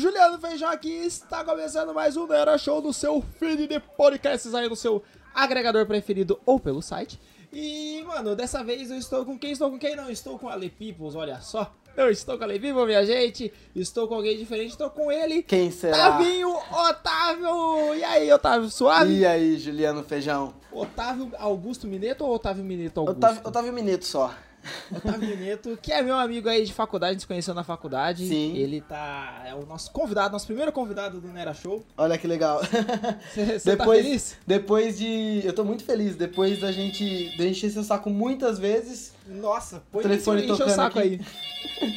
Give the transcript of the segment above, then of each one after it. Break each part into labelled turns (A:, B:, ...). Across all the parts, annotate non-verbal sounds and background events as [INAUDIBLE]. A: Fernando Feijão aqui está começando mais um Nera Show do seu feed de podcasts aí no seu agregador preferido ou pelo site. E, mano, dessa vez eu estou com quem? Estou com quem? Não, estou com a Le Peoples, olha só. Eu estou com a Le People, minha gente. Estou com alguém diferente, estou com ele,
B: Quem será?
A: Tavinho Otávio. E aí, Otávio, suave?
B: E aí, Juliano Feijão?
A: Otávio Augusto Mineto ou Otávio Mineto Augusto?
B: Otávio, Otávio Mineto só.
A: Otávio Mineto, que é meu amigo aí de faculdade, a gente se conheceu na faculdade.
B: Sim.
A: Ele tá. É o nosso convidado, nosso primeiro convidado do Nera Show.
B: [LAUGHS] Olha que legal.
A: Você tá
B: depois,
A: feliz?
B: depois de. Eu tô muito feliz. Depois da gente. Da gente encher o saco muitas vezes.
A: Nossa, põe
B: Telefone
A: enche o
B: tocando
A: saco
B: aqui. [LAUGHS]
A: aí.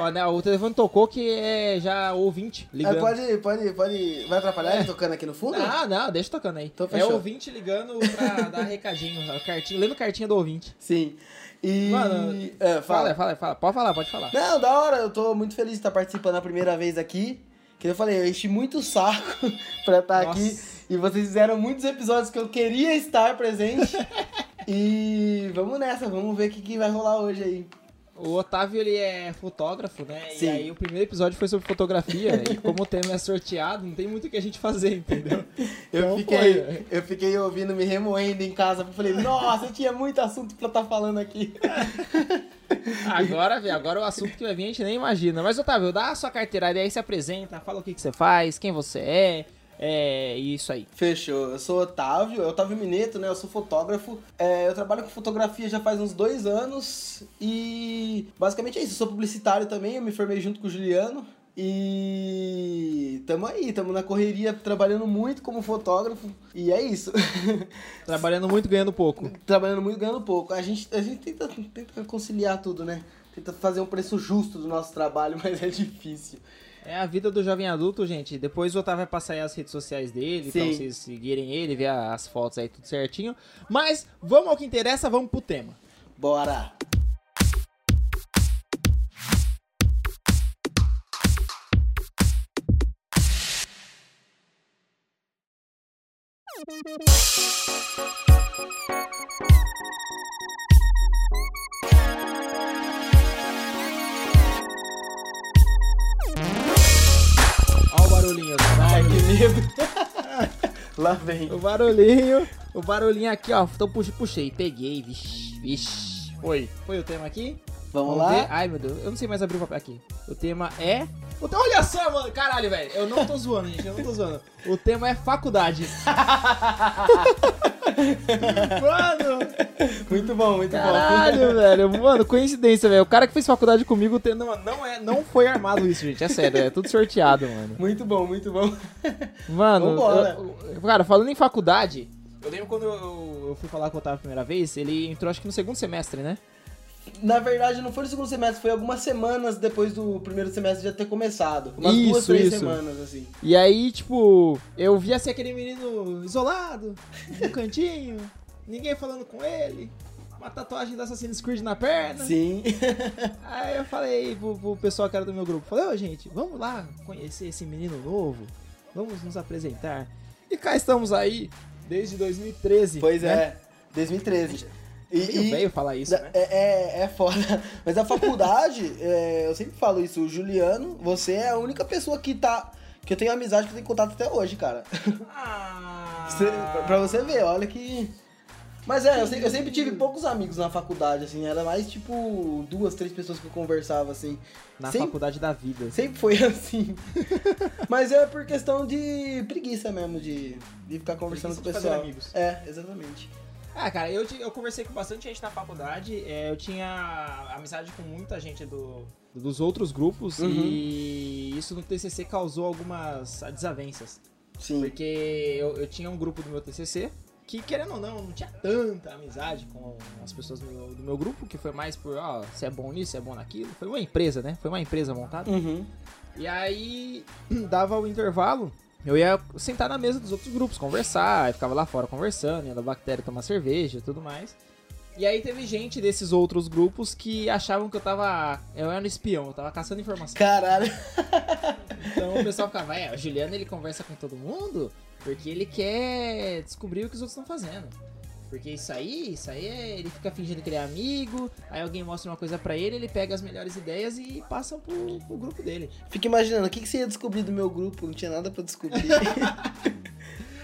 A: Ó, né, o telefone tocou que é já ouvinte
B: Ah,
A: ligando. É.
B: pode, pode, pode. Vai atrapalhar ele tocando aqui no fundo?
A: Ah, não, deixa tocando aí.
B: Então
A: é
B: fechou.
A: ouvinte ligando pra dar recadinho. ó, Cartinha, lendo cartinha do ouvinte.
B: Sim. E.
A: Mano,
B: é,
A: Fala, fala, fala. Pode falar, pode falar.
B: Não, da hora, eu tô muito feliz de estar participando a primeira vez aqui. Que eu falei, eu enchi muito o saco [LAUGHS] pra estar
A: Nossa.
B: aqui. E vocês fizeram muitos episódios que eu queria
A: [LAUGHS]
B: estar presente. e vamos nessa, vamos ver o que, que vai rolar hoje aí.
A: O Otávio, ele é fotógrafo, né? E
B: Sim.
A: aí o primeiro episódio foi sobre fotografia. e como o tema é sorteado, não tem muito o que a gente fazer, entendeu?
B: Eu,
A: Então foi,
B: fiquei,
A: velho.
B: eu fiquei ouvindo, me remoendo em casa. Eu falei, nossa, eu tinha muito assunto pra estar falando aqui. [LAUGHS]
A: Agora, velho, agora o assunto que vai vir a gente nem imagina. Mas, Otávio, dá a sua carteirada aí, se apresenta, fala o que, que você faz, quem você é, é isso aí.
B: Fechou. Eu sou Otávio, eu Otávio Mineto, né? Eu sou fotógrafo. É, eu trabalho com fotografia já faz uns dois anos e basicamente é isso. Eu sou publicitário também, eu me formei junto com o Juliano. E tamo aí, tamo na correria, trabalhando muito como fotógrafo. E é isso. [LAUGHS]
A: Trabalhando muito, ganhando pouco.
B: trabalhando muito, ganhando pouco. A gente, a gente tenta, tenta conciliar tudo, né? Tenta fazer um preço justo do nosso trabalho, [LAUGHS] mas é difícil.
A: É a vida do jovem adulto, gente. Depois o Otávio vai passar aí as redes sociais dele, pra
B: Sim.
A: vocês seguirem ele, ver as fotos aí, tudo certinho. Mas vamos ao que interessa, vamos pro tema.
B: Bora!
A: Ó o barulhinho, tá?
B: Ai, que medo! [LAUGHS] Lá vem.
A: O barulhinho, o barulhinho aqui, ó. Então puxei, puxei, peguei, vixi, vixi. Foi, foi o tema aqui.
B: Vamos
A: ver.
B: lá?
A: Ai, meu Deus, eu não sei mais abrir o papel aqui. O tema é. O te- Olha só, mano, caralho, velho. Eu não tô zoando, gente, eu não tô zoando. O tema é [LAUGHS] faculdade. mano,
B: Muito bom,
A: Tá
B: muito
A: caralho, velho. Mano, coincidência, velho. O cara que fez faculdade comigo, tem- não, não, é, não foi armado isso, gente. É sério, é tudo sorteado, mano.
B: bom. Muito bom, muito bom. [LAUGHS]
A: Mano,
B: Vambora.
A: eu- eu- cara, falando em faculdade, eu lembro quando eu, eu- eu fui falar com o Otávio a primeira vez, ele entrou acho que no segundo semestre, né?
B: Na verdade, não foi no segundo semestre, foi algumas semanas depois do primeiro semestre já ter começado. Umas duas,
A: Isso,
B: três
A: isso.
B: semanas, assim.
A: E aí, tipo, eu via assim aquele menino isolado, no cantinho, [LAUGHS] ninguém falando com ele, uma tatuagem da Assassin's Creed na perna.
B: Sim.
A: Aí eu falei pro, pro pessoal que era do meu grupo, falei, ô gente, vamos lá conhecer esse menino novo, vamos nos apresentar. E cá estamos aí, desde 2013.
B: [LAUGHS] Pois
A: né?
B: é, 2013. E,
A: Meio
B: e-
A: veio falar isso,
B: da-
A: né?
B: é, é, é foda. [LAUGHS] Mas a faculdade, é, eu sempre falo isso, o Juliano, você é a única pessoa que tá. Que eu tenho amizade que eu tenho contato até hoje, cara.
A: Ah.
B: Você, pra- pra você ver, olha que. Mas é, eu, se- eu sempre tive poucos amigos na faculdade, assim, era mais tipo duas, três pessoas que eu conversava, assim.
A: Na
B: Sempre-
A: faculdade da vida.
B: Sempre foi [LAUGHS] assim. Mas é por questão de preguiça mesmo, de, de ficar conversando
A: Preguiça
B: com
A: de
B: o
A: fazer
B: pessoal.
A: amigos.
B: É, exatamente.
A: Ah, cara, eu, ti- eu conversei com bastante gente na faculdade, é, eu tinha amizade com muita gente do, dos outros grupos
B: Uhum.
A: e isso no TCC causou algumas desavenças.
B: Sim.
A: Porque eu, eu tinha um grupo do meu TCC que, querendo ou não, não tinha tanta amizade com as pessoas do meu, do meu grupo, que foi mais por, ó, você é bom nisso, você é bom naquilo. Foi uma empresa, né? Foi uma empresa montada.
B: Uhum.
A: E aí [CLEARS THROAT] dava o intervalo, eu ia sentar na mesa dos outros grupos, conversar, aí ficava lá fora conversando, ia da bactéria tomar cerveja e tudo mais. E aí teve gente desses outros grupos que achavam que eu tava. Eu era um espião, eu tava caçando informação.
B: Caralho.
A: Então o pessoal ficava, é, o Juliano ele conversa com todo mundo porque ele quer descobrir o que os outros estão fazendo. Porque isso aí, isso aí é. Ele fica fingindo que ele é amigo, aí alguém mostra uma coisa pra ele, ele pega as melhores ideias e passa pro, pro grupo dele.
B: Fica imaginando, o que, que você ia descobrir do meu grupo? Não tinha nada pra descobrir.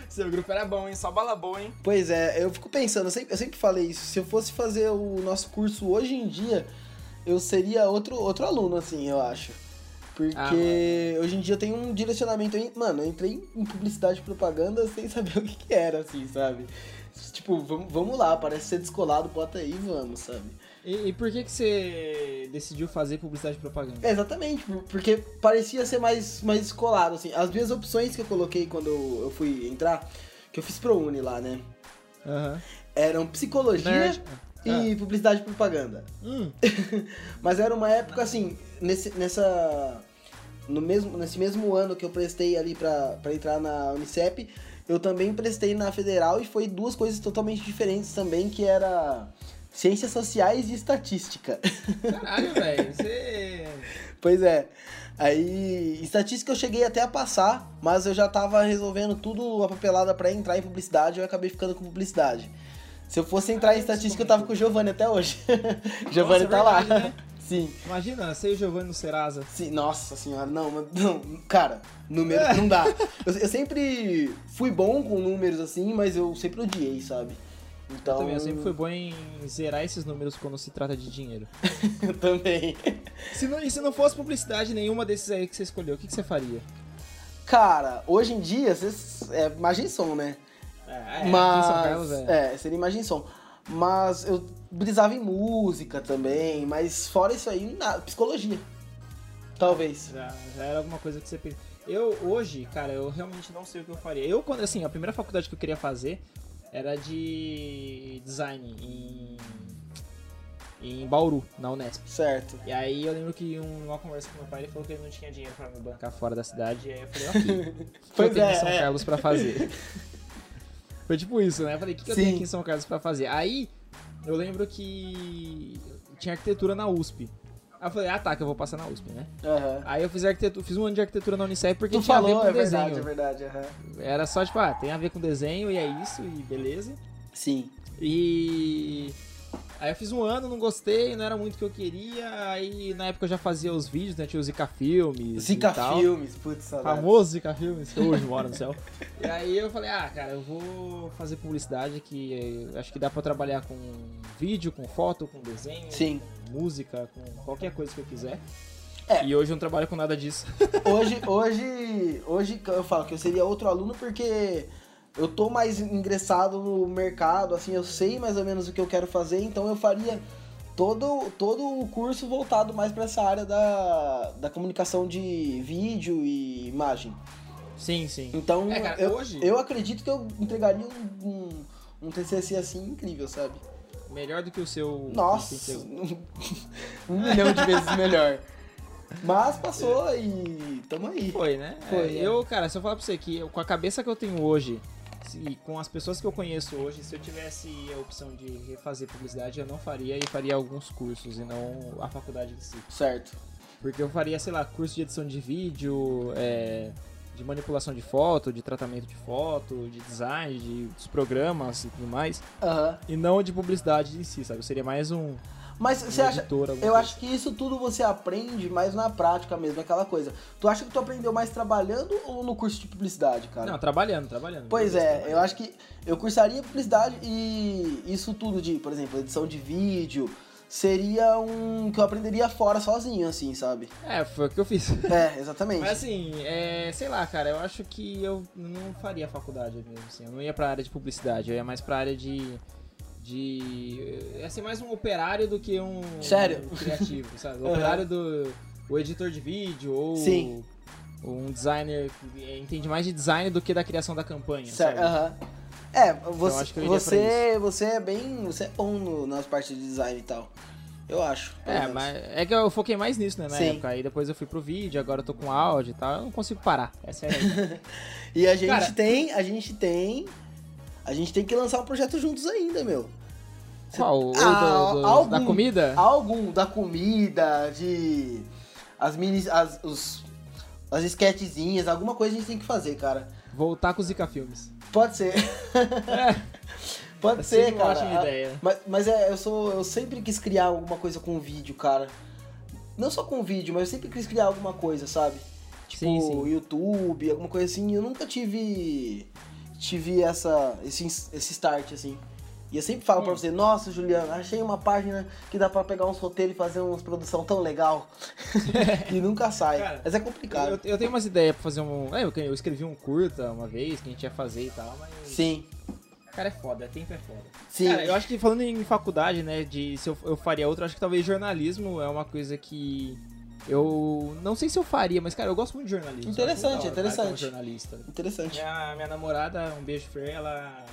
A: Seu grupo era bom, hein? Só bala boa, hein?
B: pois é, eu fico pensando, eu sempre, eu sempre falei isso. Se eu fosse fazer o nosso curso hoje em dia, eu seria outro, outro aluno, assim, eu acho. Porque
A: Ah,
B: hoje em dia eu tenho um direcionamento. em- Mano, eu entrei em publicidade e propaganda sem saber [LAUGHS] o que, que era, assim, sabe? Tipo, vamos, vamos lá, parece ser descolado, bota aí, vamos, sabe?
A: E, e por que, que você decidiu fazer publicidade e propaganda?
B: É, exatamente, por- porque parecia ser mais, mais descolado, assim. As minhas opções que eu coloquei quando eu, eu fui entrar, que eu fiz ProUni lá, né?
A: Aham.
B: Eram psicologia
A: Nerd.
B: e publicidade e propaganda.
A: Hum.
B: Mas era uma época assim, nesse, nessa. No mesmo, nesse mesmo ano que eu prestei ali pra, pra entrar na Unicep, eu também prestei na Federal e foi duas coisas totalmente diferentes também, que era ciências sociais e estatística.
A: Caralho, velho. Você.
B: pois é. Aí, estatística eu cheguei até a passar, mas eu já tava resolvendo tudo a papelada pra entrar em publicidade, eu acabei ficando com publicidade. Se eu fosse
A: Ah,
B: entrar em estatística, eu tava com o Giovanni até hoje. [LAUGHS] Giovanni
A: é
B: tá lá.
A: verdade, né?
B: [LAUGHS] Sim.
A: Imagina, você e o Giovanni no Serasa.
B: Sim, nossa senhora, não, mas- não, cara, número
A: [LAUGHS]
B: não dá. Eu, eu sempre fui bom com números assim, mas eu sempre odiei, sabe? Então,
A: Eu também, eu sempre fui bom em zerar esses números quando se trata de dinheiro.
B: [LAUGHS] eu também.
A: Se não, e se não fosse publicidade nenhuma desses aí que você escolheu, o que, que você faria?
B: Cara, hoje em dia, cês- é imagem e som, né?
A: É,
B: mas,
A: São Carlos, é.
B: é, seria imagem e som. Mas eu brisava em música também, mas fora isso aí, na psicologia. Talvez.
A: Já, já era alguma coisa que você pensa. Eu, hoje, cara, eu realmente não sei o que eu faria. Eu, quando, assim, a primeira faculdade que eu queria fazer era de design em, em Bauru, na Unesp.
B: Certo.
A: E aí eu lembro que um- uma conversa com meu pai, ele falou que ele não tinha dinheiro pra me bancar fora da cidade. E aí eu falei,
B: [LAUGHS]
A: ok, o que eu
B: Pois
A: tenho
B: é,
A: em São
B: é.
A: Carlos pra
B: [LAUGHS]
A: fazer? Foi tipo isso, né? Eu falei, o que, que eu
B: Sim.
A: tenho aqui em São Carlos pra fazer? Aí eu lembro que tinha arquitetura na USP. Aí eu falei, ah tá, que eu vou passar na USP, né?
B: Aham.
A: Aí eu fiz arquitetura, fiz um ano de arquitetura na Unicef porque
B: Tu
A: tinha a ver
B: falou,
A: com
B: é
A: desenho.
B: verdade, é verdade. aham.
A: Era só tipo, ah, tem a ver com desenho e é isso, e beleza.
B: Sim.
A: E aí eu fiz um ano, não gostei, não era muito o que eu queria. Aí na época eu já fazia os vídeos, né? Tinha o Zika Filmes.
B: Zika
A: e tal.
B: Filmes, né? putz, saudade.
A: Famoso Zika Filmes, que hoje mora no
B: [LAUGHS]
A: céu. E aí eu falei, ah, cara, eu vou fazer publicidade que eh, acho que dá pra trabalhar com vídeo, com foto, com desenho,
B: Sim.
A: com música, com qualquer coisa que eu quiser.
B: É.
A: E hoje eu não trabalho com nada disso.
B: Hoje, hoje, hoje eu falo que eu seria outro aluno porque eu tô mais ingressado no mercado, assim, eu sei mais ou menos o que eu quero fazer, então eu faria todo, todo o curso voltado mais pra essa área da, da comunicação de vídeo e imagem.
A: Sim, sim.
B: Então,
A: É, cara,
B: eu,
A: hoje-
B: eu acredito que eu entregaria um, um, um TCC assim incrível, sabe?
A: Melhor do que o seu.
B: Nossa,
A: o seu-
B: [LAUGHS] um milhão de vezes melhor. Mas passou e tamo aí.
A: Foi, né?
B: Foi,
A: É,
B: é.
A: Eu, cara, se eu falar pra você que eu- com a cabeça que eu tenho hoje, se- e com as pessoas que eu conheço hoje, se eu tivesse a opção de refazer publicidade, eu não faria e faria alguns cursos e não a faculdade em si.
B: Certo.
A: Porque eu faria, sei lá, curso de edição de vídeo, é, de manipulação de foto, de tratamento de foto, de design, de, dos programas e tudo mais,
B: Aham.
A: e não de publicidade em si, sabe? Eu seria mais um,
B: Mas
A: um
B: você acha.
A: editor, alguma
B: Eu
A: coisa.
B: acho que isso tudo você aprende mais na prática mesmo, aquela coisa. Tu acha que tu aprendeu mais trabalhando ou no curso de publicidade, cara?
A: assim. Não, trabalhando, trabalhando.
B: Pois é, eu
A: Trabalhando.
B: acho que eu cursaria publicidade e isso tudo de, por exemplo, edição de vídeo, seria um que eu aprenderia fora sozinho,
A: [LAUGHS]
B: assim, sabe?
A: É, foi o que eu
B: [LAUGHS]
A: fiz.
B: É, exatamente.
A: Mas assim, é, sei lá, cara, eu acho que eu não faria faculdade mesmo, assim. Eu não ia pra área de publicidade, eu ia mais pra área de. de. Eu ia ser mais um operário do que um.
B: Sério?
A: um
B: [LAUGHS]
A: criativo, sabe? O
B: Aham.
A: Operário do. o editor de vídeo ou.
B: Sim.
A: ou um designer que é, entende mais de design do que da criação da campanha,
B: Certo,
A: sabe?
B: aham. É, você,
A: acho que eu iria pra
B: você, você é bem. Você é bom no- nas partes de design e tal. Eu acho. pelo
A: É,
B: menos.
A: mas é que eu foquei mais nisso, né, na
B: Sim.
A: época. Aí depois eu fui pro vídeo, agora eu tô com áudio e tal, eu não consigo parar. Essa é a
B: E a gente
A: Cara-
B: tem, a gente tem. A gente tem que lançar um projeto juntos ainda, meu.
A: Qual?
B: [LAUGHS]
A: O do-
B: Ah,
A: do- da
B: algum.
A: comida?
B: Algum da comida, de. As mini. As, os, as esquetezinhas, alguma coisa a gente tem que fazer, cara.
A: Voltar com o Zika Filmes.
B: [LAUGHS] Pode ser. Pode
A: É
B: ser,
A: sempre uma
B: cara.
A: ótima ideia.
B: Mas, mas é, eu sou. Eu sempre quis criar alguma coisa com vídeo, cara. Não só com vídeo, mas eu sempre quis criar alguma coisa, sabe? Tipo,
A: Sim, sim.
B: YouTube, alguma coisa assim. Eu nunca tive. Tive essa. esse, esse start, assim. E eu sempre falo
A: Hum.
B: pra você, nossa, Juliano, achei uma página que dá pra pegar uns roteiros e fazer umas produção tão
A: [LAUGHS]
B: legal. e nunca sai.
A: Cara,
B: mas é complicado.
A: Eu, eu tenho umas ideias pra fazer um. É, eu, eu escrevi um curta uma vez que a gente ia fazer e tal, mas.
B: Sim,
A: Cara, é foda, tempo é foda.
B: sim.
A: Cara, eu acho que falando em faculdade, né, de se eu, eu faria outra, acho que talvez jornalismo é uma coisa que eu não sei se eu faria, mas cara, eu gosto muito de jornalismo.
B: Interessante,
A: Eu acho da hora, cara,
B: interessante.
A: ser um jornalista.
B: Interessante.
A: Minha, minha namorada, um beijo pra ela, ela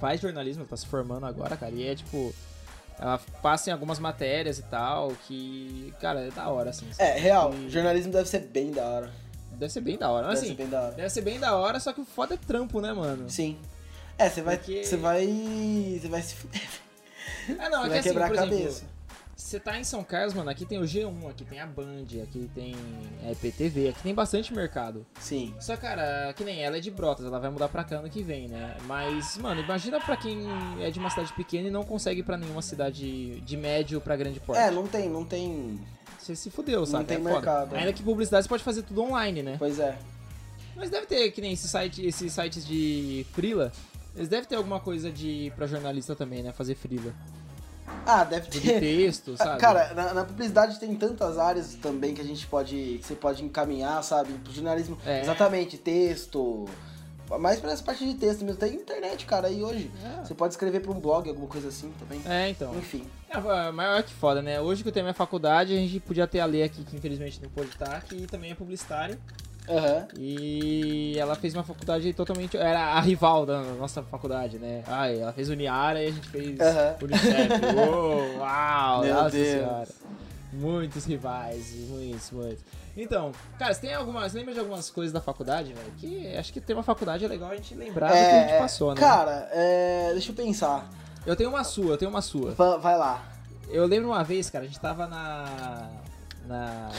A: faz jornalismo, tá se formando agora, cara, e é tipo, ela passa em algumas matérias e tal, que, cara, é da hora, assim.
B: É, real,
A: E-
B: jornalismo deve ser bem da hora.
A: Deve ser bem da hora, mas
B: Deve
A: assim,
B: ser bem da hora.
A: deve ser bem da hora, só que o foda é trampo, né, mano?
B: Sim. É, você vai.
A: Porque-
B: Você vai. Você vai se fuder.
A: Ah, não, é
B: Você
A: que
B: vai
A: assim,
B: quebrar
A: por
B: a
A: exemplo,
B: cabeça.
A: Você tá em São Carlos, mano, aqui tem o G1, aqui tem a Band, aqui tem é, a IPTV, aqui tem bastante mercado.
B: Sim.
A: Só, cara, que nem ela é de Brotas, ela vai mudar pra cá ano que vem, né? Mas, mano, imagina pra quem é de uma cidade pequena e não consegue ir pra nenhuma cidade de médio pra grande porte.
B: É, não tem, não tem.
A: Você se fudeu, sabe?
B: tem
A: é foda.
B: mercado, né?
A: Ainda que publicidade você pode fazer tudo online, né?
B: Pois é.
A: Mas deve ter, que nem esse site, esses sites de frila, eles devem ter alguma coisa de pra jornalista também, né? Fazer frila.
B: Ah, deve [LAUGHS]
A: Tipo,
B: ter.
A: de texto,
B: Ah,
A: sabe?
B: Cara, na, na publicidade tem tantas áreas também que a gente pode. que você pode encaminhar, sabe? Pro jornalismo.
A: É.
B: Exatamente, texto. Mas pra essa parte de texto mesmo, tem internet, cara, aí hoje.
A: É.
B: Você pode escrever pra um blog, alguma coisa assim também.
A: É, então.
B: Enfim.
A: É, mas olha que foda, né? Hoje que eu tenho minha faculdade, a gente podia ter a Lê aqui, que infelizmente não pôde estar, que também é publicitária.
B: Aham.
A: E ela fez uma faculdade totalmente. Era a rival da nossa faculdade, né? Ai, ela fez Uniara e a gente fez
B: Aham.
A: Unicef.
B: [LAUGHS]
A: Uou, uau,
B: Meu
A: nossa
B: Deus.
A: senhora. Muitos rivais, muitos, muitos. Então, cara, você tem algumas. Lembra de algumas coisas da faculdade, velho? Que acho que ter uma faculdade é legal a gente lembrar do que a gente passou, né?
B: É, Cara, é, deixa eu pensar.
A: Eu tenho uma sua, eu tenho uma sua.
B: Va- Vai lá.
A: Eu lembro uma vez, cara, a gente tava na. Na.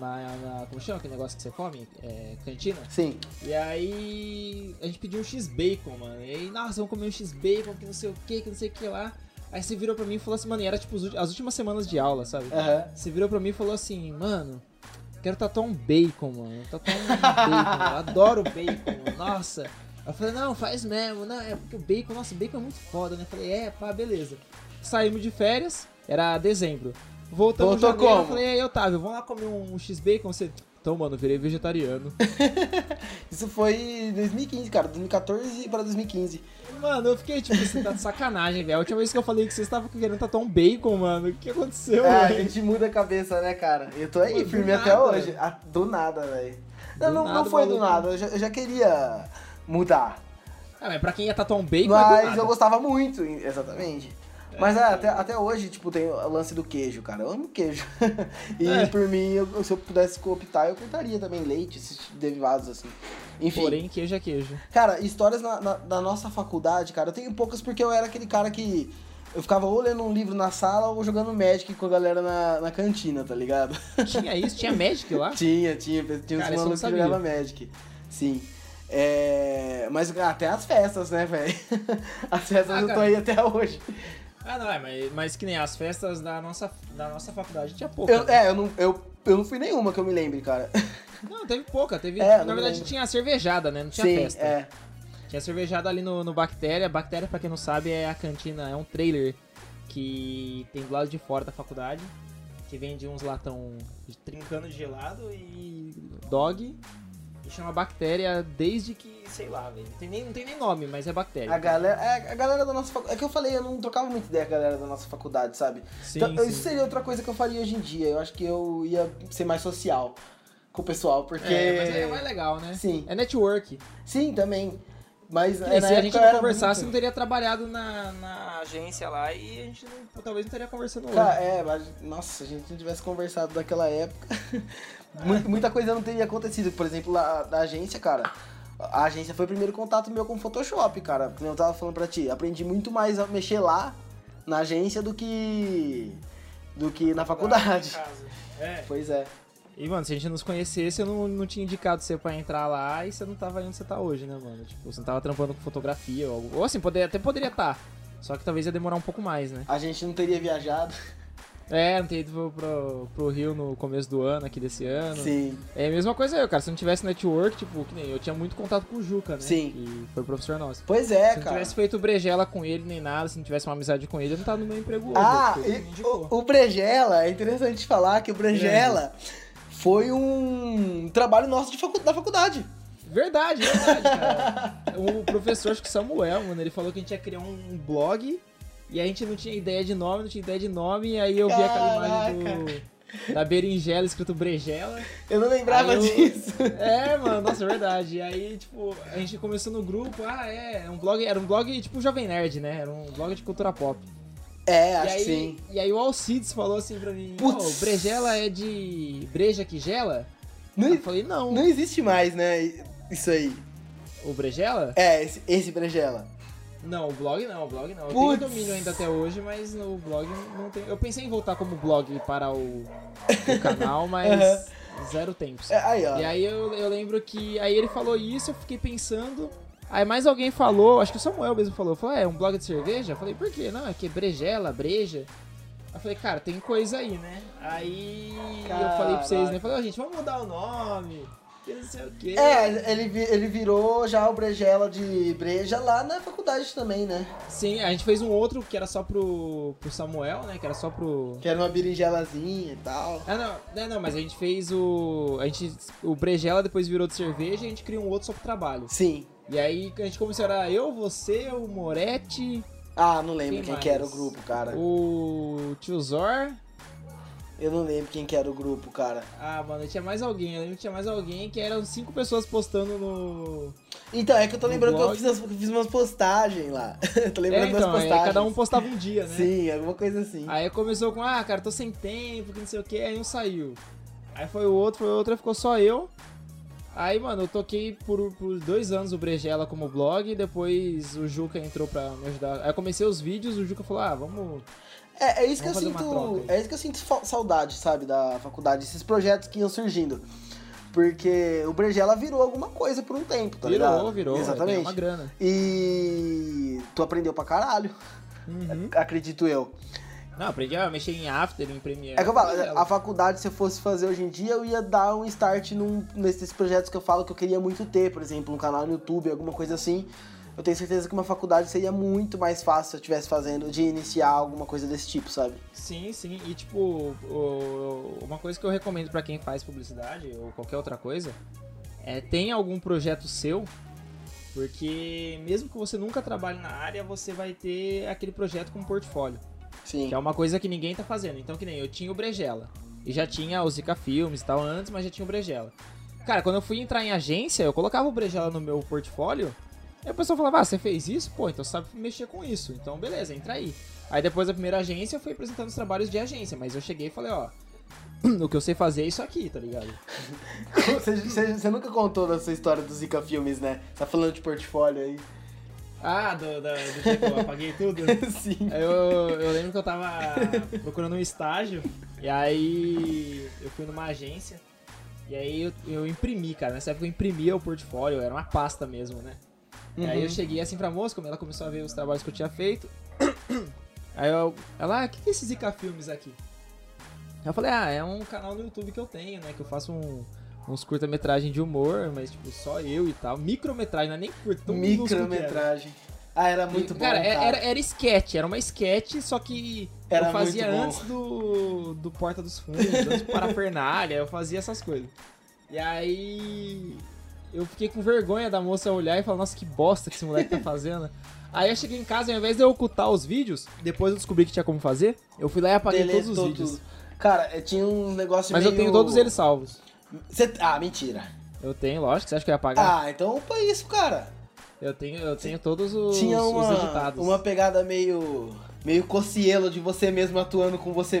A: na, na- como chama aquele negócio que você come? É, cantina?
B: Sim.
A: E aí. A gente pediu um X-Bacon, mano. E aí, nossa, vamos comer um X-Bacon, que não sei o que, que não sei o que lá. Aí você virou pra mim e falou assim, mano, e era tipo os ulti- as últimas semanas de aula, sabe?
B: Aham.
A: Você virou pra mim e falou assim, mano, quero tatuar um bacon, mano. Tatuar um bacon, eu adoro bacon, mano. nossa. Eu falei, não, faz mesmo, não, é porque o bacon, nossa, bacon é muito foda, né? Eu falei, é, pá, beleza. Saímos de férias, era dezembro. Voltamos
B: Voltou
A: em janeiro,
B: como?
A: eu falei, aí, Otávio, vamos lá comer um X-Bacon? Você, então, mano, virei vegetariano.
B: Isso foi em 2015, cara, 2014 para 2015.
A: Mano, eu fiquei tipo, você tá de sacanagem, velho. A última vez que eu falei que vocês estavam querendo tatuar um bacon, mano. O que aconteceu,
B: É, a
A: velho?
B: gente muda a cabeça, né, cara? Eu tô aí,
A: Pô, do
B: firme
A: nada. né?
B: até hoje. Ah, do nada, velho. Não,
A: Do
B: não,
A: nada,
B: não foi do
A: maluco.
B: nada, eu já, eu já queria mudar.
A: Ah, mas pra quem ia tatuar um bacon, é do
B: Mas
A: nada.
B: eu gostava muito, exatamente. Mas é, até, até hoje, tipo, tem o lance do queijo, cara. Eu amo queijo. [LAUGHS] e
A: É.
B: por mim, eu- se eu pudesse optar, eu cortaria também leite, esses derivados, assim. Enfim.
A: Porém, queijo é queijo.
B: Cara, histórias na, na- da nossa faculdade, cara, eu tenho poucas porque eu era aquele cara que. Eu ficava ou lendo um livro na sala ou jogando Magic com a galera na, na cantina, tá ligado?
A: Tinha isso? Tinha Magic lá?
B: [LAUGHS] tinha, tinha, tinha uns
A: Ah. Cara, isso eu não
B: malucos que
A: sabia.
B: jogavam Magic. Sim. É, Mas ah, até as festas, né, velho? [LAUGHS] As festas
A: Ah,
B: eu tô
A: cara.
B: aí até hoje.
A: Ah, não, é, mas, mas que nem as festas da nossa, da nossa faculdade tinha pouca.
B: Eu,
A: né?
B: é, eu não, eu, eu não fui nenhuma que eu me lembre, cara.
A: Não, teve pouca. Teve,
B: É,
A: na
B: não
A: verdade,
B: lembro.
A: tinha a cervejada, né? Não tinha
B: Sim,
A: festa.
B: é.
A: Tinha cervejada ali no, no Bactéria. Bactéria, pra quem não sabe, é a cantina, é um trailer que tem do lado de fora da faculdade. Que vende uns latão de trincando de gelado e dog. E chama Bactéria desde que, sei lá, velho. Não tem nem, não tem nem nome, mas é Bactéria.
B: A galera, é, a galera da nossa faculdade. É que eu falei, eu não trocava muito ideia com a galera da nossa faculdade, sabe?
A: Sim,
B: Então,
A: sim.
B: Isso seria outra coisa que eu faria hoje em dia. Eu acho que eu ia ser mais social com o pessoal, porque.
A: É, mas é mais legal, né?
B: Sim.
A: É network.
B: Sim, também. Mas
A: Que
B: é,
A: nem
B: na
A: se a
B: época
A: gente
B: eu
A: não
B: era
A: conversasse, não
B: muito-
A: teria trabalhado na, na agência lá e a gente não- talvez não estaria conversando hoje.
B: Cara, é, mas, nossa, se a gente não tivesse conversado daquela época, [LAUGHS]
A: É.
B: mu- muita coisa não teria acontecido. Por exemplo, lá da agência, cara. A agência foi o primeiro contato meu com o Photoshop, cara. Como eu tava falando pra ti, aprendi muito mais a mexer lá na
A: Ah,
B: agência do que do que na faculdade.
A: Em casa. É.
B: Pois é.
A: E, mano, se a gente não se conhecesse, eu não, não tinha indicado você pra entrar lá e você não tava aí onde você tá hoje, né, mano? Tipo, você não tava trampando com fotografia ou algo. Ou assim, poder, até poderia estar. Só que talvez ia demorar um pouco mais, né?
B: A gente não teria viajado.
A: É, não ter ido pro, pro, pro Rio no começo do ano, aqui desse ano.
B: Sim.
A: É a mesma coisa eu, cara. Se não tivesse network, tipo, que nem eu tinha muito contato com o Juca, né?
B: Sim.
A: Que foi professor nosso.
B: Pois é,
A: Se não
B: cara.
A: tivesse feito brejela com ele nem nada, se não tivesse uma amizade com ele, eu não tava no meu emprego hoje.
B: Ah,
A: porque ele me
B: e
A: indicou.
B: o, o Brejela, é interessante falar que o Brejela
A: É.
B: foi um trabalho nosso de facu- da faculdade.
A: Verdade, verdade,
B: [LAUGHS]
A: cara. o professor, acho que Samuel, mano, ele falou que a gente ia criar um blog e a gente não tinha ideia de nome, não tinha ideia de nome, e aí eu vi aquela imagem do, da berinjela escrito brejela.
B: Eu não lembrava
A: Aí eu-
B: disso.
A: É, mano, nossa, é verdade. E aí, tipo, a gente começou no grupo, ah, é, um blog, era um blog tipo Jovem Nerd, né? Era um blog de cultura pop.
B: É,
A: e
B: acho
A: aí,
B: que sim.
A: E aí o Alcides falou assim pra mim, pô,
B: Putz.
A: brejela é de breja que gela?
B: Não,
A: Eu falei, não.
B: não existe mais, né? Isso aí.
A: O brejela?
B: É, esse, esse Brejela.
A: Não, o blog não, o blog não. Eu
B: Putz.
A: tenho domínio ainda até hoje, mas no blog não tem. Eu pensei em voltar como blog para o, o
B: [LAUGHS]
A: canal, mas zero tempo.
B: É, aí, ó.
A: E aí eu, eu lembro que. Aí ele falou isso, eu fiquei pensando. Aí mais alguém falou, acho que o Samuel mesmo falou, falou, é um blog de cerveja? Eu falei, por quê? Não, é que é brejela, breja. Aí Eu falei, cara, tem coisa aí, né? Aí eu falei pra vocês, né? Eu Falei, ó, gente, vamos mudar o nome, que não sei o quê.
B: É, ele, vi- ele virou já o Brejela de Breja lá na faculdade também, né?
A: Sim, a gente fez um outro que era só pro, pro Samuel, né? Que era só pro.
B: Que era uma berinjelazinha e tal.
A: Ah, não, não, não, mas a gente fez o. A gente. O Brejela depois virou de cerveja e a gente criou um outro só pro trabalho.
B: Sim.
A: E aí a gente começou, era eu, você, o Moretti,
B: Ah, não lembro
A: Quem
B: quem, que era o
A: mais?
B: grupo, cara.
A: o Tio Zor.
B: Eu não lembro quem que era o grupo, cara.
A: Ah, mano, tinha mais alguém, eu lembro que tinha mais alguém que eram cinco pessoas postando no.
B: Então, é que eu tô
A: No
B: lembrando que eu
A: blog?
B: fiz, as- fiz umas postagens lá. [LAUGHS] Eu tô
A: É,
B: lembrando
A: então, aí
B: das postagens.
A: cada um postava um dia, né?
B: Sim, alguma coisa assim.
A: Aí começou com, ah, cara, tô sem tempo, que não sei o que, aí um saiu. Aí foi o outro, foi o outro, aí ficou só eu. Aí, mano, eu toquei por, por dois anos o Brejela como blog, depois o Juca entrou pra me ajudar. Aí eu comecei os vídeos, o Juca falou, ah, vamos...
B: É, é isso que eu
A: Vamos fazer uma
B: sinto.
A: troca
B: É isso que eu sinto fa- saudade, sabe, da faculdade, esses projetos que iam surgindo. Porque o Brejela virou alguma coisa por um tempo, tá
A: virou,
B: ligado?
A: virou,
B: Exatamente.
A: ganhou uma grana.
B: E tu aprendeu pra caralho, [LAUGHS]
A: Uhum.
B: acredito eu.
A: Não, aprendi a mexer em After, em Premiere.
B: É que eu falo,
A: Brejela.
B: a faculdade, se eu fosse fazer hoje em dia, eu ia dar um start num, nesses projetos que eu falo que eu queria muito ter, por exemplo, um canal no YouTube, alguma coisa assim. Eu tenho certeza que uma faculdade seria muito mais fácil se eu estivesse fazendo, de iniciar alguma coisa desse tipo, sabe?
A: Sim, sim. E tipo, o- uma coisa que eu recomendo pra quem faz publicidade ou qualquer outra coisa é tem algum projeto seu, porque mesmo que você nunca trabalhe na área, você vai ter aquele projeto com portfólio,
B: Sim.
A: que é uma coisa que ninguém tá fazendo. Então que nem eu tinha o Brejela e já tinha o Zika Filmes e tal antes, mas já tinha o Brejela. Cara, quando eu fui entrar em agência, eu colocava o Brejela no meu portfólio. E a pessoa falava, ah, você fez isso? Pô, então você sabe mexer com isso. Então, beleza, entra aí. Aí depois da primeira agência, eu fui apresentando os trabalhos de agência, mas eu cheguei e falei, ó, [CLEARS THROAT] o que eu sei fazer é isso aqui, tá ligado? um
B: [LAUGHS] Você, você- você nunca contou da sua história do Zika Filmes, né? Tá falando de portfólio aí. [LAUGHS]
A: Ah, do, da- do jeito que eu apaguei tudo?
B: Sim.
A: Eu, eu lembro que eu tava procurando um estágio, e aí eu fui numa agência, e aí eu, eu imprimi, cara. Nessa época eu imprimia o portfólio, era uma pasta mesmo, né? E aí eu
B: Uhum.
A: cheguei assim pra moça, como ela começou a ver os trabalhos que eu tinha feito. [COUGHS] Aí eu, ela, ah, o que que é esse Zika Filmes aqui? Eu falei, ah, é um canal no YouTube que eu tenho, né? Que eu faço um- uns curta-metragem de humor, mas tipo, só eu e tal. Micrometragem, não é nem curta, tão minúsculo que né? era.
B: Micrometragem. Ah, era muito
A: E,
B: bom,
A: cara,
B: cara.
A: é- Era, era sketch, era uma sketch, só que
B: Era
A: eu fazia
B: muito bom.
A: antes do, do Porta dos Fundos, antes do Parafernália, eu fazia essas coisas. E aí eu fiquei com vergonha da moça olhar e falar, nossa, que bosta que esse moleque
B: [LAUGHS]
A: tá fazendo. Aí eu cheguei em casa, ao invés de eu ocultar os vídeos, depois eu descobri que tinha como fazer, eu fui lá e apaguei
B: Deletou
A: todos os vídeos.
B: tudo. Cara, é, tinha um negócio
A: Mas
B: meio...
A: eu tenho todos eles salvos.
B: Cê- Ah, mentira.
A: Eu tenho, lógico, você acha que eu ia apagar?
B: Ah, então upa isso, cara.
A: Eu tenho, eu tenho todos os,
B: tinha
A: os
B: uma,
A: editados.
B: uma pegada meio... Meio cocielo de você mesmo atuando com você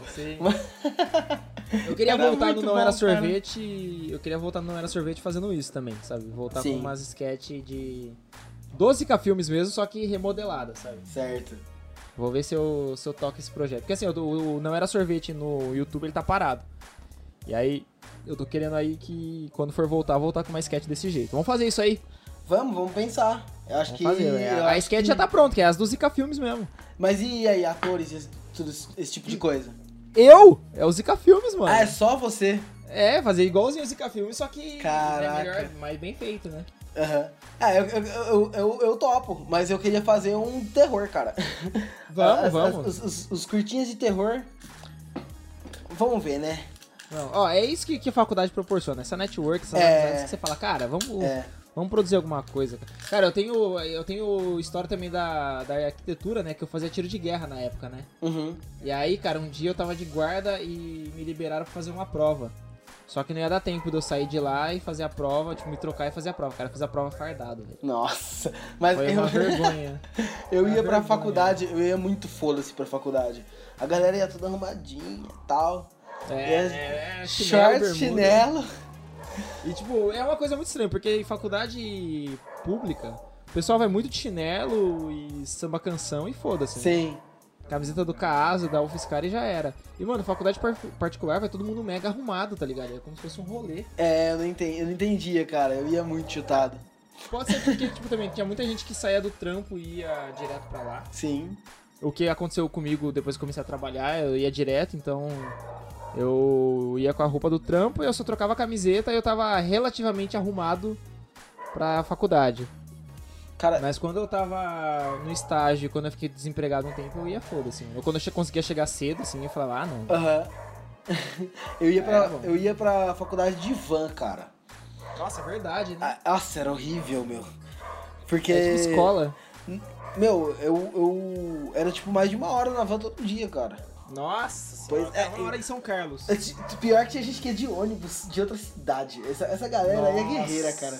A: É,
B: [LAUGHS]
A: sim.
B: Uma-
A: Eu queria
B: Era
A: voltar no
B: muito
A: Não
B: bom,
A: Era
B: cara.
A: Sorvete. Eu queria voltar no Não Era Sorvete fazendo isso também, sabe? Voltar
B: Sim.
A: com umas sketch de. 12 filmes mesmo, só que remodelada, sabe?
B: Certo.
A: Vou ver se eu, se eu toco esse projeto. Porque assim, o, o Não Era Sorvete no YouTube ele tá parado. E aí, eu tô querendo aí que quando for voltar, voltar com uma sketch desse jeito. Vamos fazer isso aí.
B: Vamos, vamos pensar. Eu acho
A: Vamos
B: que.
A: fazer.
B: eu
A: a
B: acho
A: sketch
B: que-
A: já tá pronta, que é as do Zika Filmes mesmo.
B: Mas e aí, atores, e esse- tudo esse esse tipo de coisa?
A: Eu? É o Zika Filmes, mano.
B: Ah, é só você.
A: É, fazer igualzinho o Zika Filmes, só que
B: Caraca.
A: é melhor, mas bem feito, né?
B: Aham. Ah, eu, eu, eu, eu, eu topo, mas eu queria fazer um terror, cara.
A: [LAUGHS] Vamos,
B: Ah, As- as-
A: vamos.
B: os, os, os curtinhas de terror. Vamos ver, né?
A: Não, ó, é isso que, que a faculdade proporciona, essa network, essas
B: É.
A: amizades que você fala, cara, vamos,
B: É.
A: vamos produzir alguma coisa. Cara, eu tenho, eu tenho história também da, da arquitetura, né, que eu fazia tiro de guerra na época, né?
B: Uhum.
A: E aí, cara, um dia eu tava de guarda e me liberaram pra fazer uma prova. Só que não ia dar tempo de eu sair de lá e fazer a prova, tipo, me trocar e fazer a prova. Cara, eu fiz a prova fardado, velho.
B: Nossa, mas
A: Foi
B: [LAUGHS]
A: uma
B: eu,
A: vergonha.
B: eu
A: uma
B: ia pra
A: é vergonha.
B: faculdade, eu ia muito foda-se pra faculdade. A galera ia toda arrumadinha e tal.
A: É, é,
B: Short, né?
A: bermuda.
B: chinelo.
A: E, tipo, é uma coisa muito estranha, porque em faculdade pública, o pessoal vai muito de chinelo e samba canção e foda-se. né?
B: Sim.
A: Camiseta do Caso, da UFSCar e já era. E, mano, faculdade par- particular vai todo mundo mega arrumado, tá ligado? É como se fosse um rolê.
B: É, eu não entendi, eu não entendia, cara. Eu ia muito chutado.
A: Pode ser porque, tipo, também tinha muita gente que saía do trampo e ia direto pra lá.
B: Sim.
A: O que aconteceu comigo depois que comecei a trabalhar, eu ia direto, então eu ia com a roupa do trampo e eu só trocava a camiseta e eu tava relativamente arrumado pra faculdade.
B: Cara,
A: Mas quando eu tava no estágio, quando eu fiquei desempregado um tempo, eu ia foda-se. mano. Eu, quando eu che- conseguia chegar cedo, assim, eu falava, ah, não.
B: aham. [LAUGHS] eu, ia pra,
A: É, bom.
B: eu ia pra faculdade de van, cara.
A: Nossa, é verdade, né?
B: Ah, Nossa, era horrível, meu. Porque.
A: É tipo escola.
B: Meu, eu, eu. Era tipo mais de uma hora na van todo dia, cara. [LAUGHS]
A: Nossa,
B: Pois
A: pois
B: é,
A: uma hora em São Carlos.
B: É ti- Pior que tinha gente que é de ônibus de outra cidade. Essa, essa galera aí é
A: Nossa.
B: guerreira, cara.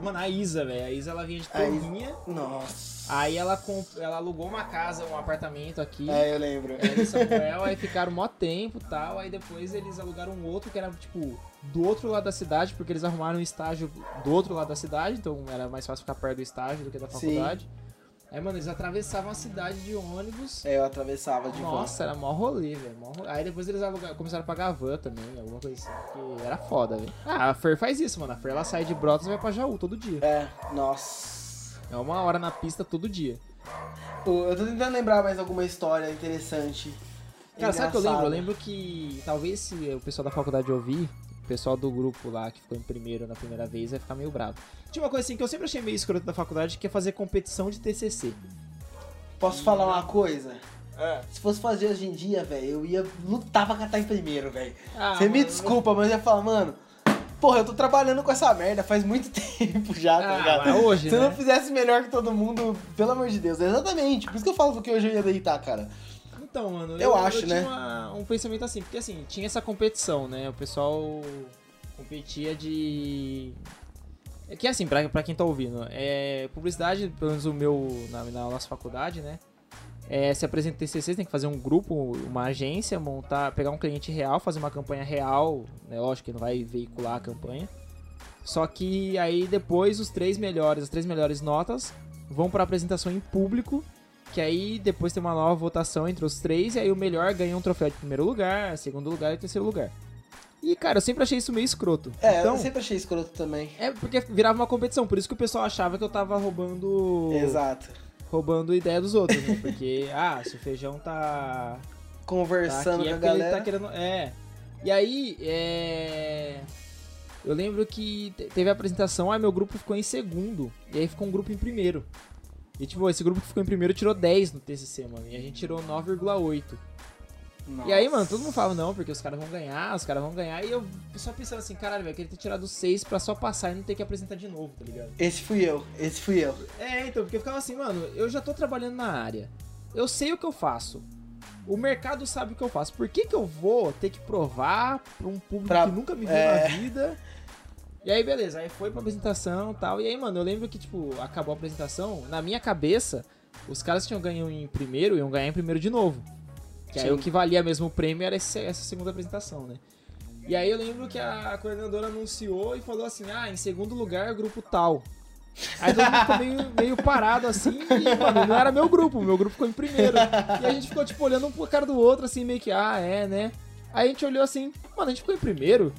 A: Mano, a Isa, velho. A Isa, ela vinha de
B: A Isa.
A: Torrinha.
B: Nossa.
A: Aí ela, comp- ela alugou uma casa, um apartamento aqui.
B: É, eu lembro.
A: Ela e Samuel, aí ficaram mó tempo e tal. Aí depois eles alugaram um outro que era, tipo, do outro lado da cidade, porque eles arrumaram um estágio do outro lado da cidade, então era mais fácil ficar perto do estágio do que da
B: Sim.
A: faculdade. Aí, mano, eles atravessavam a cidade de ônibus.
B: É, eu atravessava de van.
A: Nossa, era mó rolê, velho. mó rolê. Aí depois eles alugaram, começaram a pagar van também, alguma coisa assim, porque era foda, velho. Ah, a Fer faz isso, mano. A Fer ela sai de Brotas e vai pra Jaú todo dia.
B: É, nossa.
A: É uma hora na pista todo dia.
B: Pô, Eu tô tentando lembrar mais alguma história interessante.
A: Cara, sabe o que eu lembro?
B: engraçada.
A: Eu lembro que talvez se o pessoal da faculdade ouvir, o pessoal do grupo lá que ficou em primeiro na primeira vez vai ficar meio bravo. Tinha uma coisa assim que eu sempre achei meio escroto da faculdade, que é fazer competição de TCC.
B: Posso falar uma coisa?
A: É.
B: Se fosse fazer hoje em dia, velho, eu ia lutar pra catar em primeiro, velho.
A: Ah,
B: Você me
A: mano.
B: desculpa, mas eu ia falar, mano. Porra, eu tô trabalhando com essa merda faz muito [LAUGHS] tempo já, tá
A: Ah,
B: ligado?
A: mas hoje,
B: Se eu
A: né?
B: não fizesse melhor que todo mundo, pelo amor de Deus. Exatamente. Por isso que eu falo que hoje eu ia deitar, cara.
A: Então, mano, eu,
B: acho,
A: tinha
B: né?
A: uma- um pensamento assim, porque assim, tinha essa competição, né? O pessoal competia de. É que assim, pra, pra quem tá ouvindo, é, publicidade, pelo menos o meu, na, na nossa faculdade, né? É, se apresenta TCC, tem que fazer um grupo, uma agência, montar, pegar um cliente real, fazer uma campanha real, né? Lógico que não vai veicular a campanha. Só que aí depois os três melhores, as três melhores notas vão pra apresentação em público, que aí depois tem uma nova votação entre os três, e aí o melhor ganha um troféu de primeiro lugar, segundo lugar e terceiro lugar. E cara, eu sempre achei isso meio escroto.
B: É,
A: então,
B: eu sempre achei escroto também.
A: é porque virava uma competição, por isso que o pessoal achava que eu tava roubando
B: Exato.
A: roubando ideia dos outros, né? Porque [LAUGHS] ah, se o feijão tá Tá
B: Conversando
A: aqui,
B: com
A: é
B: a
A: porque ele
B: galera.
A: tá querendo- é. E aí, é... Eu lembro que te- teve a apresentação, aí meu grupo ficou em segundo. E aí ficou um grupo em primeiro. E tipo, esse grupo que ficou em primeiro tirou 10 no TCC, mano. E a gente tirou 9,8. E aí, mano, todo mundo fala, não, porque os caras vão ganhar, os caras vão ganhar. E eu só pensando assim, caralho, velho, queria ter tirado 6 pra só passar e não ter que apresentar de novo, tá ligado?
B: Esse fui eu, esse fui eu.
A: É, então, porque eu ficava assim, mano, eu já tô trabalhando na área. Eu sei o que eu faço. O mercado sabe o que eu faço. Por que, que eu vou ter que provar pra um público
B: Pra-
A: que nunca me viu
B: é.
A: na vida? E aí, beleza, aí foi pra apresentação e tal. E aí, mano, eu lembro que, tipo, acabou a apresentação, na minha cabeça, os caras que tinham ganho em primeiro iam ganhar em primeiro de novo. Que aí
B: Sim.
A: o que valia mesmo o prêmio era esse- essa segunda apresentação, né? E aí eu lembro que a coordenadora anunciou e falou assim: ah, em segundo lugar, grupo tal. Aí todo mundo ficou meio, meio parado assim, e, mano, não era meu grupo, meu grupo ficou em primeiro. E a gente ficou, tipo, olhando um pro cara do outro, assim, meio que, ah, é, né? Aí a gente olhou assim, mano, a gente ficou em primeiro?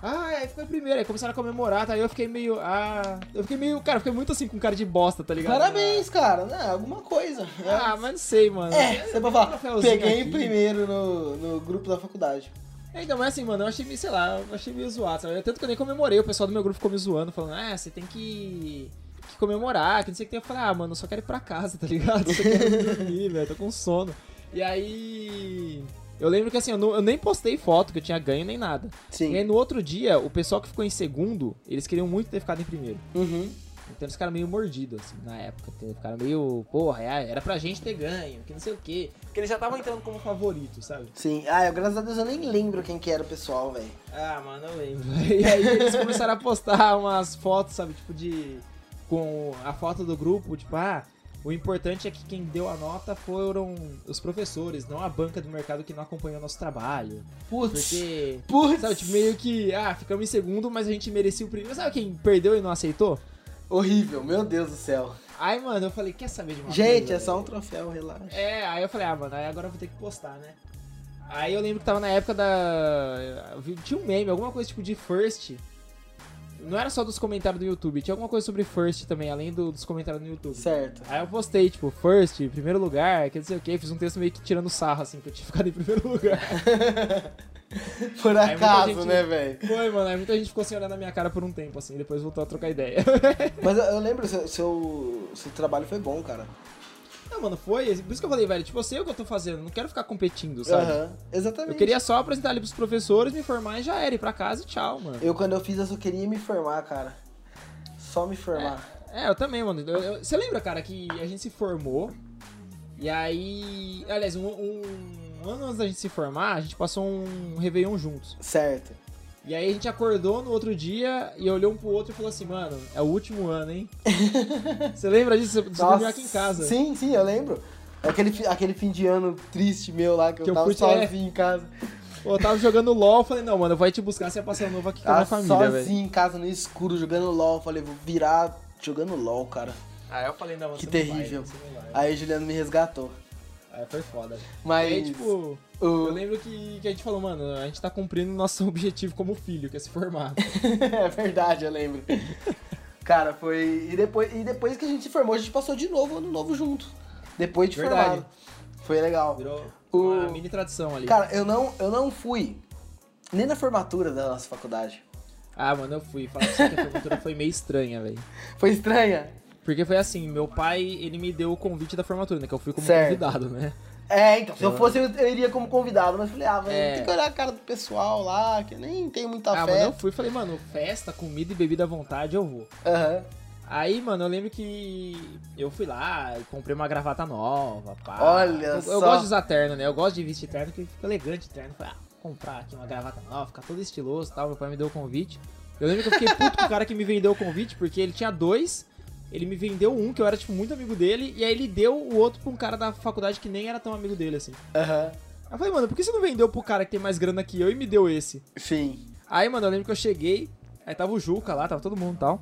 A: Ah, aí ficou em primeiro. Aí começaram a comemorar, tá? Aí eu fiquei meio. Ah. Eu fiquei meio. Cara, eu fiquei muito assim com cara de bosta, tá ligado?
B: Parabéns, cara. Né? Alguma coisa.
A: Ah, mas não sei, mano.
B: É, você pode falar.
A: troféuzinho
B: Peguei
A: aqui.
B: em primeiro no, no grupo da faculdade.
A: É, Então, mas assim, mano, eu achei meio, sei lá, eu achei meio zoado, sabe? Tanto que eu nem comemorei, o pessoal do meu grupo ficou me zoando, falando, ah, você tem que, que comemorar, que não sei o que tem. Eu falei, ah, mano, eu só quero ir pra casa, tá ligado? Eu só quero [LAUGHS] dormir, velho, tô com sono. E aí. Eu lembro que assim, eu, não- eu nem postei foto que eu tinha ganho nem nada. E aí
B: Sim.
A: no outro dia, o pessoal que ficou em segundo, eles queriam muito ter ficado em primeiro.
B: Uhum.
A: Então eles ficaram meio mordidos, assim, na época. Eles Ficaram meio, porra, é, era pra gente ter ganho, que não sei o quê. Porque eles já estavam entrando como favorito, sabe?
B: Sim. Ah, eu, graças a Deus eu nem lembro quem que era o pessoal, velho.
A: Ah, mano, eu lembro. [LAUGHS] E aí eles começaram a postar umas fotos, sabe, tipo de. Com a foto do grupo, tipo, ah, o importante é que quem deu a nota foram os professores, não a banca do mercado que não acompanhou nosso trabalho.
B: Putz.
A: Porque.
B: Putz.
A: Sabe, tipo, meio que, ah, ficamos em segundo, mas a gente merecia o primeiro. Sabe quem perdeu e não aceitou?
B: Horrível, meu Deus do céu.
A: Aí, mano, eu falei, quer saber de uma coisa?
B: Gente, é só
A: velho?
B: um troféu, relaxa.
A: É, aí eu falei, ah, mano, aí agora eu vou ter que postar, né? Aí eu lembro que tava na época da. eu vi- Tinha um meme, alguma coisa tipo de first. Não era só dos comentários do YouTube, tinha alguma coisa sobre first também, além do- dos comentários no YouTube.
B: Certo. [LAUGHS]
A: Aí eu postei, tipo, first, primeiro lugar, que não sei o que, fiz um texto meio que tirando sarro, assim, que eu tinha [LAUGHS] ficado em primeiro lugar.
B: Por
A: Aí muita
B: acaso,
A: gente-
B: né, velho?
A: Foi, mano, aí muita gente ficou assim olhando na minha cara por um tempo, assim, e depois voltou a trocar ideia. [LAUGHS]
B: Mas eu, eu lembro, seu, seu, seu trabalho foi bom, cara.
A: não, mano, foi, por isso que eu falei, velho, tipo, eu sei o que eu tô fazendo, não quero ficar competindo, sabe?
B: Aham, exatamente.
A: Eu queria só apresentar ali pros professores, me formar e já era, ir pra casa e tchau, mano.
B: Eu, quando eu fiz, eu só queria me formar, cara. Só me formar.
A: É, eu também, mano. Eu- eu- Você lembra, cara, que a gente se formou e aí. Aliás, um, um- um ano antes da gente se formar, a gente passou um Réveillon juntos.
B: Certo.
A: E aí a gente acordou no outro dia e olhou um pro outro e falou assim, mano, é o último ano,
B: [LAUGHS]
A: hein? Você lembra disso? Você dormiu aqui em casa.
B: Sim, sim, eu lembro. Aquele, fi- aquele fim de ano triste meu lá,
A: Que
B: que,
A: eu é.
B: eu tava
A: fui te-
B: sozinho em casa.
A: Pô, Eu tava jogando LOL, eu falei, não, mano, eu vou te buscar, você vai passar um novo aqui com a minha
B: Tava
A: família, velho.
B: sozinho em casa, no escuro, jogando LOL. Falei, vou virar jogando LOL, cara.
A: Aí eu falei, não, mano,
B: Que
A: você não vai,
B: terrível.
A: você não vai.
B: Aí o Juliano me resgatou.
A: Aí foi foda.
B: Mas...
A: E aí, tipo, eu
B: o-
A: lembro que, que a gente falou, mano, a gente tá cumprindo o nosso [LAUGHS] objetivo como filho, que é se formar.
B: [LAUGHS] é verdade, eu lembro. Cara, foi. E depois, e depois que a gente se formou, a gente passou de novo ano novo junto. Depois de
A: Verdade.
B: formado. Foi legal.
A: Virou
B: O-
A: uma mini tradição ali.
B: Cara, eu não, eu não fui nem na formatura da nossa faculdade.
A: Ah, mano, eu fui. Falar pra você que a formatura foi meio estranha, velho.
B: Foi estranha?
A: Porque foi assim, meu pai, ele me deu o convite da formatura, né? Que eu fui como
B: Certo.
A: convidado, né?
B: É, então, se eu fosse, eu, eu iria como convidado, mas falei, ah, mas
A: É.
B: tem que olhar a cara do pessoal lá, que nem tem muita
A: ah, mano,
B: Tá fé.
A: eu fui e falei, mano, festa, comida e bebida à vontade, eu vou.
B: Aham.
A: Aí, mano, eu lembro que eu fui lá e comprei uma gravata nova, pá.
B: Olha
A: eu,
B: só.
A: Eu gosto de usar terno, né? Eu gosto de vestir terno, porque fica elegante terno. Falei, ah, vou comprar aqui uma gravata nova, fica todo estiloso e tal. Meu pai me deu o convite. Eu lembro que
B: [LAUGHS]
A: eu fiquei puto com o cara que me vendeu o convite, porque ele tinha dois. Ele me vendeu um, que eu era, tipo, muito amigo dele. E aí ele deu o outro pra um cara da faculdade que nem era tão amigo dele, assim.
B: Aham.
A: Aí eu falei, mano, por que você não vendeu pro cara que tem mais grana que eu e me deu esse?
B: Sim.
A: Aí, mano, eu lembro que eu cheguei, aí tava o Juca lá, tava todo mundo e tal.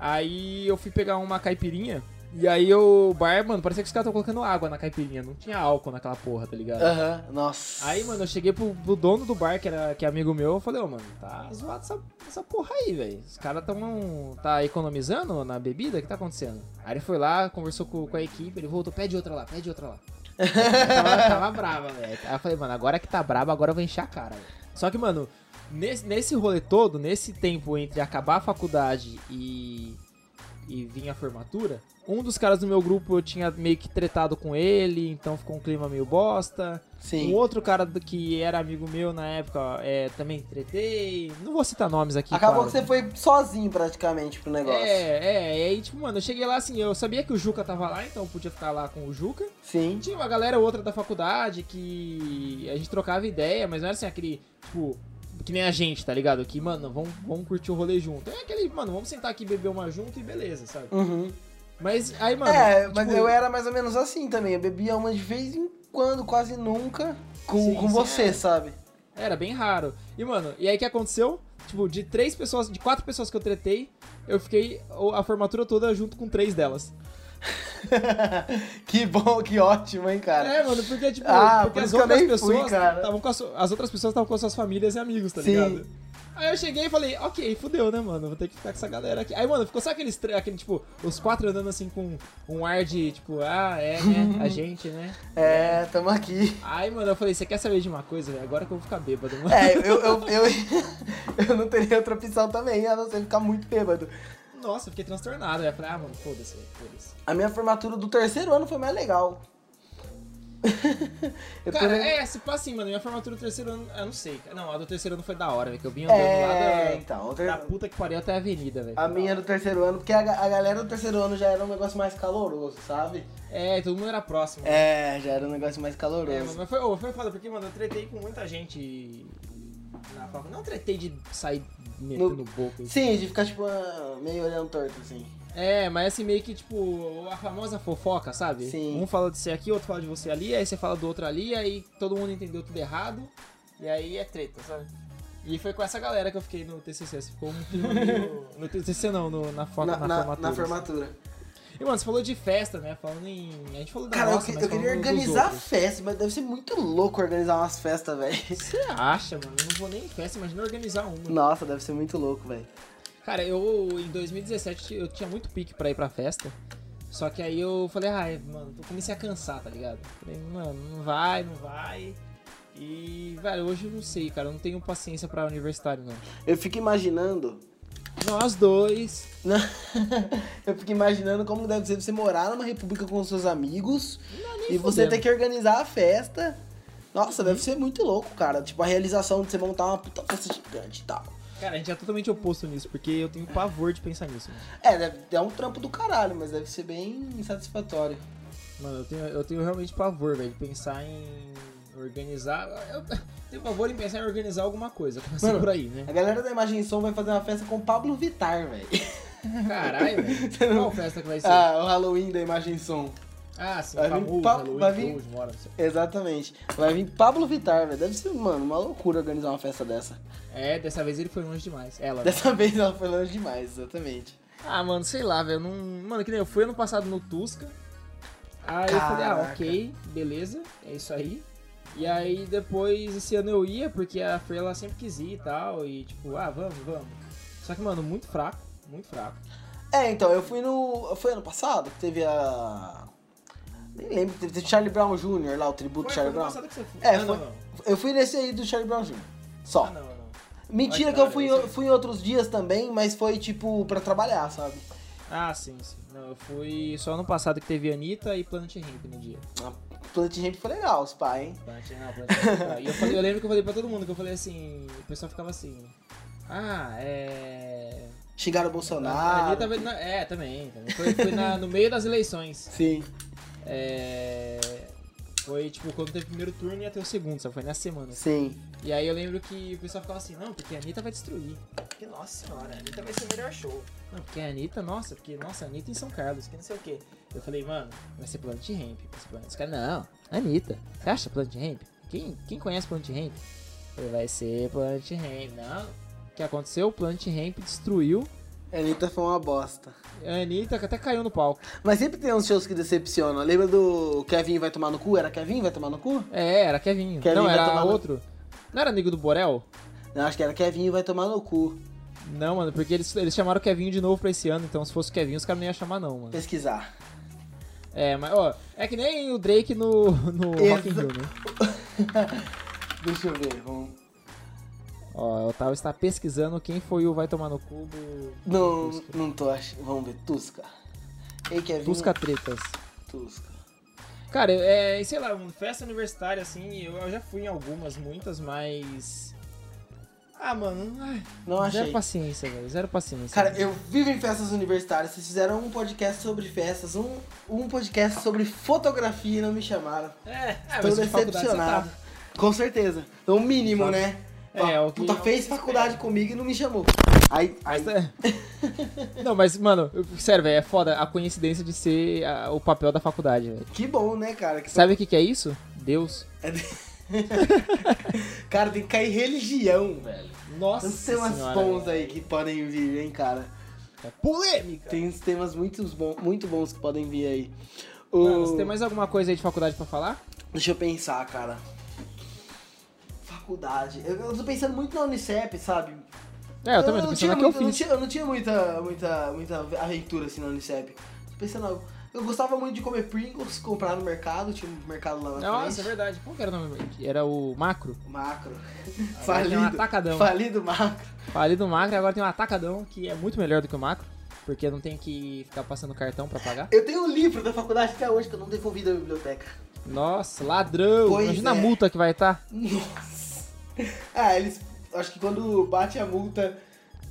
A: Aí eu fui pegar uma caipirinha, e aí o bar, mano, parecia que os caras estavam colocando água na caipirinha, não tinha álcool naquela porra, tá ligado?
B: Aham. Nossa.
A: Aí, mano, eu cheguei pro, pro dono do bar, que, era, que é amigo meu, eu falei, ô, mano, tá zoado essa, essa porra aí, velho. Os caras tão. tá economizando na bebida? O que tá acontecendo? Aí ele foi lá, conversou com, com a equipe, ele voltou, pede outra lá, pede outra lá. tava, tava brava, velho. Aí eu falei, mano, agora que tá brava, agora eu vou encher a cara, velho. Só que, mano, nesse, nesse rolê todo, nesse tempo entre acabar a faculdade e. e vir a formatura, um dos caras do meu grupo eu tinha meio que tretado com ele, então ficou um clima meio bosta. Um
B: Sim.
A: outro cara do- que era amigo meu na época, ó, é, também tretei. Não vou citar nomes aqui.
B: Acabou
A: claro.
B: que você foi sozinho praticamente pro negócio.
A: É, é, e aí, tipo, mano, eu cheguei lá assim, eu sabia que o Juca tava lá, então eu podia ficar lá com o Juca.
B: Sim.
A: Tinha uma galera outra da faculdade que a gente trocava ideia, mas não era assim aquele, tipo, que nem a gente, tá ligado? Que, mano, vamos, vamos curtir o rolê junto. É aquele, mano, vamos sentar aqui, beber uma junto e beleza, sabe?
B: Uhum.
A: Mas aí, mano.
B: é, mas
A: tipo,
B: eu era mais ou menos assim também. Eu bebia uma de vez em quando, quase nunca, com,
A: Sim,
B: com
A: sim,
B: você,
A: é.
B: sabe? [LAUGHS]
A: Era bem raro. E, mano, e aí o que aconteceu? Tipo, de três pessoas, de quatro pessoas que eu tretei, eu fiquei o- a formatura toda junto com três delas.
B: que bom, que ótimo, hein, cara.
A: É, mano, porque, tipo,
B: Ah,
A: porque
B: por
A: as
B: isso que eu
A: outras
B: nem
A: pessoas.
B: fui, cara.
A: tavam com as, su- as outras pessoas estavam com suas famílias e amigos, tá
B: Sim.
A: ligado? Aí eu cheguei e falei, ok, fudeu, né, mano? Vou ter que ficar com essa galera aqui. Aí, mano, ficou só aqueles, tre- aquele, tipo, os quatro andando assim com um ar de, tipo, ah, é, né?
B: [LAUGHS]
A: A gente, né?
B: É, tamo aqui.
A: Aí, mano, eu falei, você quer saber de uma coisa, velho? Agora que eu vou ficar bêbado, mano.
B: É, eu, eu, eu, [LAUGHS] eu não teria outra opção também, a não ser ficar muito bêbado.
A: Nossa, eu fiquei transtornado. Eu falei, ah, mano, foda-se, velho, foda-se.
B: A minha formatura do terceiro ano foi mais legal. [LAUGHS] Eu tô
A: Cara,
B: lembrando-
A: é, se passa assim, mano, minha formatura do terceiro ano, eu não sei. cara. Não, a do terceiro ano foi da hora, velho, que eu vim andando
B: É,
A: lá
B: então. o
A: da,
B: ter-
A: da puta que pariu até a avenida, velho.
B: A minha do terceiro ano, porque a, ga- a galera do terceiro ano já era um negócio mais caloroso, sabe?
A: É, todo mundo era próximo.
B: É, já era um negócio mais
A: É, mano,
B: caloroso.
A: mas foi, ô, foi foda, porque, mano, eu tretei com muita gente na faculdade. Não tretei de sair metendo
B: No-
A: boca. assim.
B: Sim, de ficar, tipo, ah, meio olhando torto, assim.
A: É, mas assim, meio que, tipo, a famosa fofoca, sabe?
B: Sim.
A: Um fala de você aqui, outro fala de você ali, aí você fala do outro ali, aí todo mundo entendeu tudo errado, e aí é treta, sabe? E foi com essa galera que eu fiquei no TCC, assim, ficou um clima meio...
B: [LAUGHS]
A: No TCC não, no- na, foca,
B: Na,
A: na,
B: na-
A: formatura.
B: na
A: assim.
B: formatura.
A: E, mano, você falou de festa, né? Falando em... A gente falou da
B: Cara, eu
A: nossa,
B: que- eu,
A: mas
B: queria
A: falando dos
B: organizar
A: outros.
B: festa, mas deve ser muito louco organizar umas festas, velho.
A: Você acha, mano? Eu não vou nem em festa, imagina organizar uma. né?
B: Nossa, deve ser muito louco, velho.
A: Cara, eu em 2017 eu tinha muito pique pra ir pra festa. Só que aí eu falei, ai, mano, eu comecei a cansar, tá ligado? Falei, mano, não vai, não vai. E, velho, hoje eu não sei, cara, eu não tenho paciência pra universitário, não.
B: Eu fico imaginando. né?
A: Nós dois.
B: [LAUGHS] eu fico imaginando como deve ser você morar numa república com seus amigos
A: Não, nem
B: e você
A: fudendo.
B: ter que organizar a festa. Nossa, deve ser muito louco, cara. Tipo, a realização de você montar uma puta festa gigante e tal.
A: Cara, a gente é totalmente oposto nisso, porque eu tenho pavor de pensar nisso. Mano,
B: É, deve, é um trampo do caralho, mas deve ser bem satisfatório.
A: mano eu, tenho, eu tenho realmente pavor, velho, de pensar em organizar. Eu tenho pavor em pensar em organizar alguma coisa, começa
B: Mano,
A: por [LAUGHS] aí, né?
B: A galera da Imagem Som vai fazer uma festa com o Pablo Vittar, velho.
A: Caralho, velho. Qual festa que vai ser?
B: [LAUGHS] Ah, o Halloween da Imagem Som.
A: Ah, sim,
B: Vai vir
A: famoso,
B: pa-
A: Halloween,
B: vai vir-
A: Gold, mora, não sei.
B: Exatamente. Vai vir Pablo Vittar, velho. Deve ser, mano, uma loucura organizar uma festa dessa.
A: É, dessa vez ele foi longe demais. Ela. né?
B: [LAUGHS] Dessa vez ela foi longe demais, exatamente.
A: Ah, mano, sei lá, velho. Não... Mano, que nem eu fui ano passado no Tusca. Aí eu falei, ah,
B: Caraca.
A: ok, beleza, é isso aí. E aí depois esse ano eu ia, porque a Fer ela sempre quis ir e tal. E tipo, ah, vamos, vamos. Só que, mano, muito fraco, muito fraco.
B: É, então, eu fui no. Foi ano passado que teve a. Nem lembro, teve, teve Charlie Brown Jr. lá, o tributo do Charlie
A: ano
B: Brown.
A: passado que você foi.
B: É,
A: ah,
B: foi-
A: não, não.
B: Eu fui nesse aí do Charlie Brown Jr. Só.
A: Ah, não, não.
B: Mentira
A: Ai,
B: que eu
A: cara,
B: fui,
A: isso aí.
B: fui em outros dias também, mas foi tipo pra trabalhar, sabe?
A: Ah, sim, sim. Não, eu fui só ano passado que teve Anitta e Planet Ramp no dia.
B: A Plant Ramp foi legal, os pá, hein?
A: Bate na bate. E eu, falei- eu lembro que eu falei pra todo mundo, que eu falei assim, o pessoal ficava assim. Ah, é.
B: Xingaram o
A: a
B: Bolsonaro.
A: Anitta veio na- é, também. também. Foi, foi na- no meio das eleições.
B: Sim.
A: É, Foi tipo quando teve o primeiro turno e até o segundo, só foi nessa semana.
B: Sim.
A: E aí eu lembro que o pessoal ficava assim, não, porque a Anitta vai destruir. Porque, nossa senhora, a Anitta vai ser o melhor show. Não, porque a Anitta, nossa, porque, nossa, a Anitta em São Carlos, que não sei o quê. Eu falei, mano, vai ser Planet Ramp. vai ser Planet- Os caras, não, Anitta, você acha Planet Ramp? Quem, quem conhece Planet Ramp? Eu falei, vai ser Planet Ramp. Não, o que aconteceu? Planet Ramp destruiu.
B: A Anitta foi uma bosta.
A: A Anitta até caiu no palco.
B: Mas sempre tem uns shows que decepcionam. Lembra do Kevin vai tomar no cu? Era Kevin vai tomar no cu?
A: É, era Kevinho.
B: Kevin
A: não,
B: vai
A: era
B: tomar no-
A: outro. Não era amigo do Borel?
B: Não, acho que era Kevin vai tomar no cu.
A: Não, mano, porque eles, eles chamaram o Kevinho de novo pra esse ano, então se fosse o Kevinho, os caras não iam chamar não, mano.
B: Pesquisar.
A: É, mas ó, é que nem o Drake no, no
B: Exa-
A: Rock in Rio, né?
B: Deixa eu ver, vamos.
A: Ó, o Otávio está pesquisando quem foi o Vai Tomar no Cu do
B: Não, não tô achando. Vamos ver, Tusca. Ei, Kevin.
A: Busca Tretas.
B: Tusca.
A: um- Cara, é, sei lá, mano, festa universitária, assim, eu, eu já fui em algumas, muitas, mas... Ah, mano, ai,
B: Não
A: zero
B: achei.
A: paciência, velho, zero paciência.
B: Cara, eu vivo em festas universitárias. Vocês fizeram um podcast sobre festas, um, um podcast sobre fotografia e não me chamaram.
A: É, é
B: Tô
A: mas de faculdade você
B: decepcionado.
A: tá.
B: Com certeza. É o mínimo,
A: Sabe?
B: né?
A: É,
B: Ó,
A: é o que-
B: Puta,
A: é o que
B: fez
A: se
B: faculdade comigo e não me chamou. Aí, aí,
A: É. [LAUGHS] Não, mas, mano, eu- sério, velho, é foda a coincidência de ser ah, o papel da faculdade, velho.
B: que bom, né, cara? Que
A: Sabe o que, que é isso? Deus.
B: Cara, tem que cair religião, velho.
A: Nossa
B: Não tem é umas
A: senhora,
B: pons
A: velho.
B: aí que podem vir, hein, cara.
A: É polêmica.
B: Tem uns temas muito, bom, muito bons que podem vir aí. O-
A: Mano, você tem mais alguma coisa aí de faculdade pra falar?
B: Deixa eu pensar, cara. Faculdade. Eu, eu tô pensando muito na Unicep, sabe?
A: É, eu também tô
B: não
A: pensando
B: tinha
A: na que eu
B: muito- não
A: fiz.
B: tinha- eu não tinha muita, muita, muita aventura assim na Unicep. Tô pensando, algo. eu gostava muito de comer Pringles, comprar no mercado, tinha um mercado lá na
A: Nossa, é
B: frente.
A: verdade. Qual que era o nome? Era o Macro.
B: Macro.
A: Agora tem um
B: Falido.
A: atacadão.
B: Falido macro.
A: Falei do Macro, agora tem um Atacadão, que é muito melhor do que o Macro, porque não tem que ficar passando cartão pra pagar.
B: Eu tenho um livro da faculdade até hoje que eu não devolvi da biblioteca.
A: Nossa, ladrão!
B: Pois
A: Imagina a
B: é.
A: multa que vai tá. estar.
B: Nossa. Ah, eles. Acho que quando bate a multa,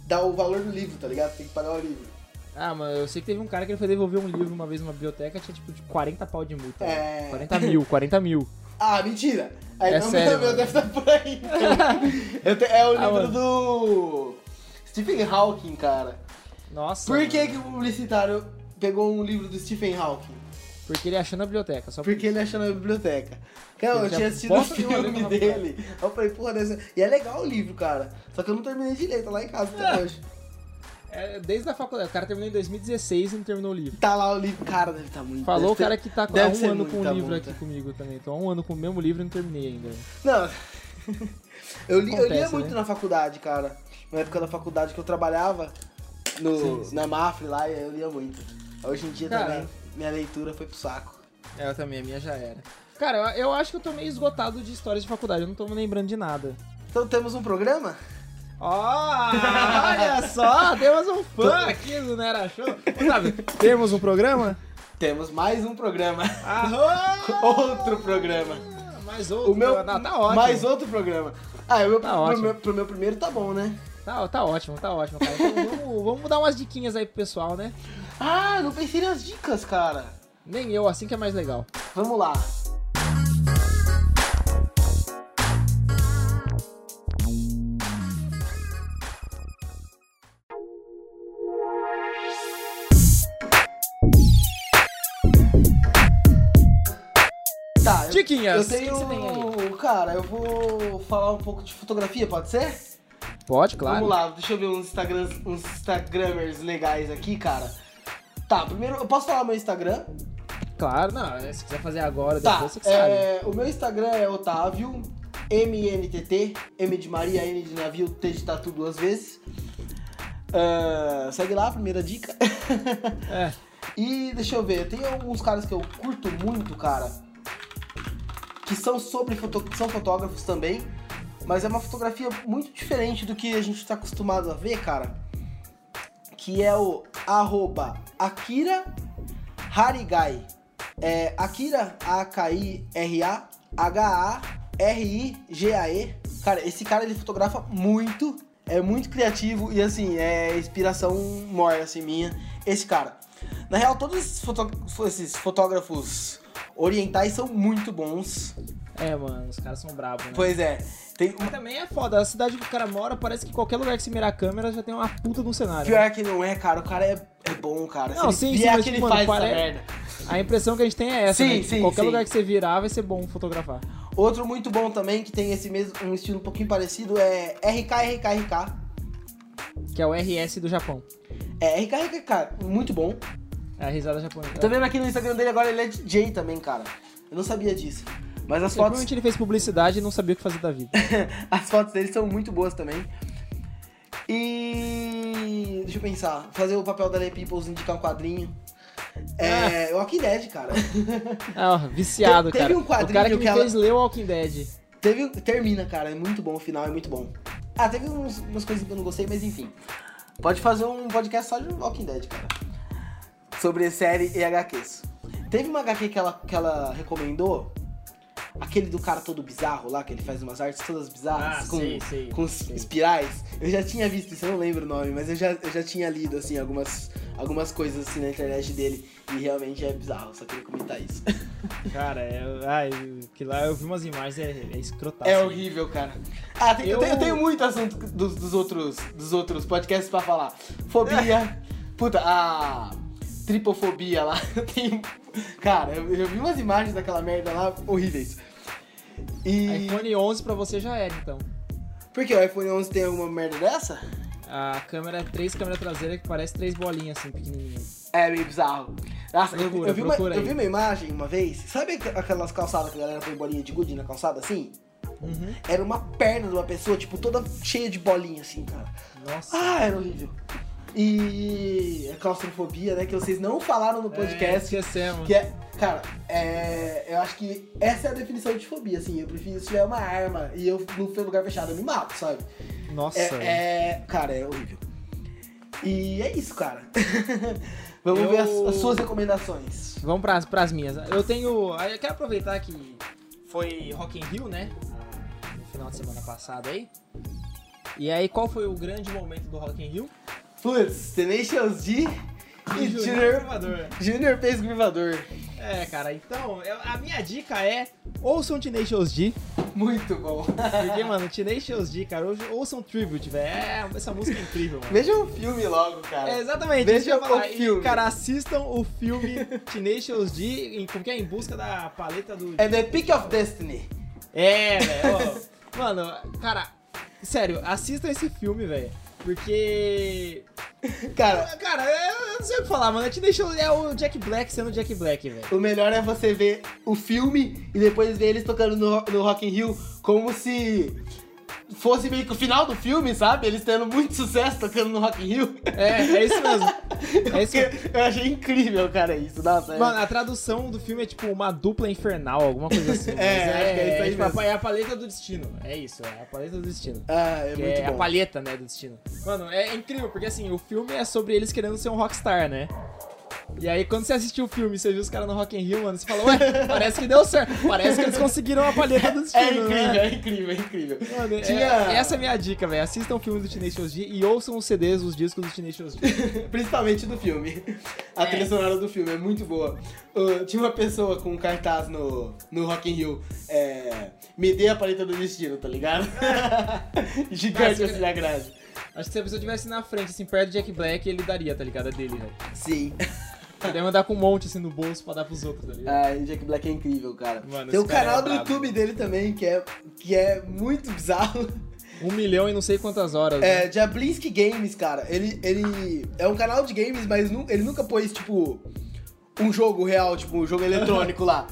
B: dá o valor do livro, tá ligado? Tem que pagar o livro.
A: Ah, mas eu sei que teve um cara que ele foi devolver um livro uma vez numa biblioteca, tinha tipo de 40 pau de multa.
B: É.
A: 40 mil, 40 mil.
B: Ah, mentira! Aí
A: É
B: não,
A: sério,
B: meu
A: mano.
B: deve estar
A: [LAUGHS]
B: por aí. Eu te- é o
A: Ah,
B: livro do. Stephen Hawking, cara.
A: Nossa.
B: Por que,
A: mano.
B: que o publicitário pegou um livro do Stephen Hawking?
A: Porque ele achou na biblioteca, só
B: Porque ele achou na biblioteca.
A: Ele
B: Cara, eu
A: já
B: tinha assistido o
A: bota uma
B: filme
A: letra na
B: dele. Aí eu falei, porra, dessa. E é legal o livro, cara. Só que eu não terminei direito, tá lá em casa até hoje.
A: É, desde a faculdade. O cara terminou em 2016 e não terminou o livro.
B: Tá lá o livro. Cara, deve estar muito.
A: Falou o
B: deve ter-
A: cara que tá há
B: deve
A: um
B: ser
A: ano com o
B: muita
A: livro
B: multa.
A: aqui comigo também. Tô há um ano com o mesmo livro e não terminei ainda.
B: Não. [LAUGHS] Eu, li, eu lia
A: Acontece,
B: muito
A: né?
B: na faculdade, cara. Na época da faculdade que eu trabalhava no, na Mafre lá, eu lia muito. Hoje em dia
A: Cara.
B: também, minha leitura foi pro saco.
A: É, eu também, a minha já era. Cara, eu, eu acho que eu tô meio esgotado de histórias de faculdade, eu não tô me lembrando de nada.
B: Então temos um programa?
A: Ó, [LAUGHS] olha só, temos um fã aqui do Nera Show. Ô, Sabe, temos um programa?
B: Temos mais um
A: [LAUGHS]
B: programa.
A: Arroz!
B: Outro programa.
A: Mais outro.
B: O meu,
A: Não, tá ótimo.
B: Mais outro programa. Ah, o meu,
A: Tá
B: pro,
A: ótimo.
B: meu- pro meu primeiro tá bom, né?
A: Tá, tá ótimo, tá ótimo, cara. Então vamos, vamos dar umas diquinhas aí pro pessoal, né?
B: Ah, eu não pensei nas dicas, cara.
A: Nem eu, assim que é mais legal.
B: Vamos lá. Tá, eu-
A: Diquinhas,
B: Eu
A: o que
B: tenho,
A: que você tem
B: cara, eu vou falar um pouco de fotografia, pode ser?
A: Pode, claro.
B: Vamos lá, deixa eu ver uns, Instagrams, uns Instagramers legais aqui, cara. Tá, primeiro, eu posso falar meu Instagram?
A: Claro, não, se quiser fazer agora,
B: Tá,
A: depois você que sabe.
B: é, o meu Instagram é Otávio, MNTT, M de Maria, N de navio, T de tatu duas vezes. Ah, segue lá, primeira dica. [LAUGHS]
A: É.
B: e deixa eu ver, tem alguns caras que eu curto muito, cara, que são sobre foto- que são fotógrafos também, mas é uma fotografia muito diferente do que a gente tá acostumado a ver, cara. Que é o arroba Akira Harigai. É Akira, A-K-I-R-A, H-A-R-I-G-A-E. Cara, esse cara ele fotografa muito, é muito criativo e assim, é inspiração mor, assim, minha. Esse cara. Na real, todos esses, foto- esses fotógrafos orientais são muito bons.
A: É, mano, os caras são bravos, né?
B: Pois é, tem
A: Mas também é foda, a cidade que o cara mora, parece que qualquer lugar que você mirar a câmera já tem uma puta de um cenário. né?
B: Pior que não é, cara. O cara é, é bom, cara.
A: Não,
B: Se
A: sim,
B: ele
A: sim,
B: vier
A: mas,
B: que ele
A: mano, é-
B: faz essa
A: pare-
B: merda.
A: A impressão que a gente tem é essa,
B: Sim,
A: né? Tipo,
B: sim,
A: qualquer
B: sim.
A: lugar que você virar vai ser bom fotografar.
B: Outro muito bom também, que tem esse mesmo, um estilo um pouquinho parecido, é RKRKRK.
A: Que é o RS do Japão.
B: É RKRKK, muito bom.
A: É a risada japonesa.
B: Tô vendo aqui no Instagram dele agora, ele é DJ também, cara. Eu não sabia disso. Mas as
A: É,
B: fotos,
A: Provavelmente ele fez publicidade e não sabia o que fazer da vida.
B: [LAUGHS] as fotos dele são muito boas também. E. Deixa eu pensar. Fazer o papel da Lay Peoples indicar um quadrinho. É. O Walking Dead, cara.
A: Ah, ó, viciado,
B: Te- teve
A: cara.
B: um quadrinho
A: o cara que,
B: que
A: me
B: ela-
A: fez ler o Walking Dead.
B: Teve, termina, cara. É muito bom. O final é muito bom. Ah, teve uns- umas coisas que eu não gostei, mas enfim. Pode fazer um podcast só de Walking Dead, cara. Sobre série e HQs. Teve uma HQ que ela, que ela recomendou. Aquele do cara todo bizarro lá, que ele faz umas artes todas bizarras.
A: Ah,
B: com,
A: sei, sei,
B: com
A: sei.
B: espirais. Eu já tinha visto isso, eu não lembro o nome, mas eu já, eu já tinha lido, assim, algumas, algumas coisas assim na internet dele. E realmente é bizarro, só queria comentar isso.
A: Cara, é... Ai, que lá eu vi umas imagens, é, é escrotaço.
B: É horrível, cara. Ah, tem- eu...
A: Eu-
B: tenho, eu tenho muito assunto dos, dos outros, dos outros podcasts pra falar.
A: [LAUGHS]
B: Fobia. Puta, a tripofobia lá. [LAUGHS] Eu tenho. Cara, eu, eu vi umas imagens daquela merda lá horríveis. E.
A: iPhone 11 pra você já era, então.
B: Por que o iPhone 11 tem alguma merda dessa?
A: A câmera, três câmeras traseiras que parece três bolinhas assim, pequenininhas.
B: É meio bizarro. Nossa, eu-
A: Procura,
B: eu, vi uma,
A: procura
B: eu
A: aí.
B: vi uma imagem uma vez. Sabe aqu- aquelas calçadas que a galera põe bolinha de gude na calçada assim?
A: Uhum.
B: Era uma perna de uma pessoa, tipo, toda cheia de bolinha assim, cara.
A: Nossa.
B: Ah, era horrível. E a claustrofobia, né? Que vocês não falaram no podcast.
A: É, esquecemos.
B: Que é, cara, é, eu acho que essa é a definição de fobia, assim. Eu prefiro se tiver uma arma e eu não for lugar fechado, eu me mato, sabe?
A: Nossa. velho.
B: É, é- cara, é horrível. E é isso, cara. [LAUGHS] Vamos
A: Eu-
B: ver as, as suas recomendações.
A: Vamos pras, pras minhas. Eu tenho. aí Eu quero aproveitar que foi Rock in Rio, né? No final de semana passado aí. E aí, qual foi o grande momento do Rock in Rio?
B: Putz, Tenacious D e
A: Junior
B: Junior,
A: Gravador.
B: Junior fez grivador.
A: É, cara, então, eu- a minha dica é ouçam Tenacious D,
B: Muito bom. [LAUGHS]
A: porque, mano, Tenacious D, cara, hoje ouçam Tribute, velho, é, essa música é incrível, mano.
B: Veja o filme logo, cara.
A: É, exatamente,
B: Veja
A: isso que eu ia falar.
B: o
A: E,
B: filme.
A: cara, assistam o filme Tenacious D, em, como que é? em busca da paleta do...
B: É The Peak of Destiny.
A: É, velho.
B: [LAUGHS]
A: ó. Mano, cara, sério, assistam esse filme, velho. Porque.
B: Cara,
A: Cara, eu eu não sei o que falar, mano. Eu te deixo. É o Jack Black sendo Jack Black, velho.
B: o melhor é você ver o filme e depois ver eles tocando no, no Rock in Rio como se fosse meio que o final do filme, sabe? Eles tendo muito sucesso tocando no Rock in Rio. [LAUGHS]
A: É, é isso mesmo. É isso mesmo.
B: Eu achei incrível, cara, isso. Nossa, é-
A: Mano, a tradução do filme é tipo uma dupla infernal, alguma coisa assim. mas
B: acho que [LAUGHS] é isso aí
A: tipo,
B: mesmo.
A: a, é a paleta do destino. É isso, é a paleta do destino.
B: Ah, é
A: Que
B: muito
A: é a
B: bom.
A: palheta, né, do destino. Mano, é incrível, porque assim, o filme é sobre eles querendo ser um rockstar, né? E aí, quando você assistiu o filme e você viu os caras no Rock in Rio, mano, você fala, ué, parece que deu certo. Parece que eles conseguiram a palheta do destino,
B: É incrível,
A: né?
B: é incrível, é incrível.
A: Mano, é-
B: Tinha-
A: essa é a minha dica, velho. Assistam o filme do Tenacious D e ouçam os CDs, os discos do Tenacious D.
B: Principalmente do filme. A
A: É.
B: trilha sonora do filme é muito boa. Uh, tinha uma pessoa com um cartaz no, no Rock in Rio. é, me dê a paleta do destino, tá ligado? [LAUGHS] Gigante
A: É. Nossa,
B: assim na grade.
A: Acho que se a pessoa estivesse na frente, assim, perto do Jack Black, ele daria, tá ligado? É dele, velho.
B: Sim.
A: Ele ia mandar com um monte, assim, no bolso pra dar pros outros, tá ligado?
B: Ai, Jack Black é incrível, cara.
A: Mano,
B: Tem um
A: esse cara
B: canal
A: é
B: do
A: brabo.
B: YouTube dele também que é, que é muito bizarro. [LAUGHS]
A: Um milhão e não sei quantas horas. né?
B: É, Jablinski Games, cara. Ele, ele é um canal de games, mas nu- ele nunca pôs, tipo, um jogo real, tipo, um jogo eletrônico
A: [LAUGHS]
B: lá.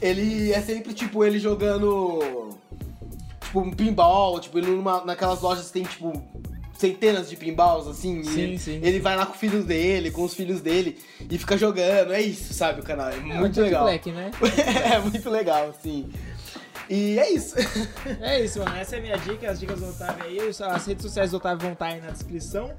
B: Ele é sempre, tipo, ele jogando, tipo, um pinball, tipo, ele numa, naquelas lojas que tem, tipo, centenas de pinballs, assim. e
A: Sim,
B: ele,
A: sim.
B: Ele vai lá com o filho dele, com os filhos dele, e fica jogando. É isso, sabe, o canal. É,
A: É, o
B: muito
A: Jack
B: legal.
A: Black, né?
B: [LAUGHS] é muito legal, assim. E é isso. [LAUGHS]
A: É isso, mano. Essa é a minha dica, as dicas do Otávio aí. os- As redes sociais do Otávio vão estar aí na descrição.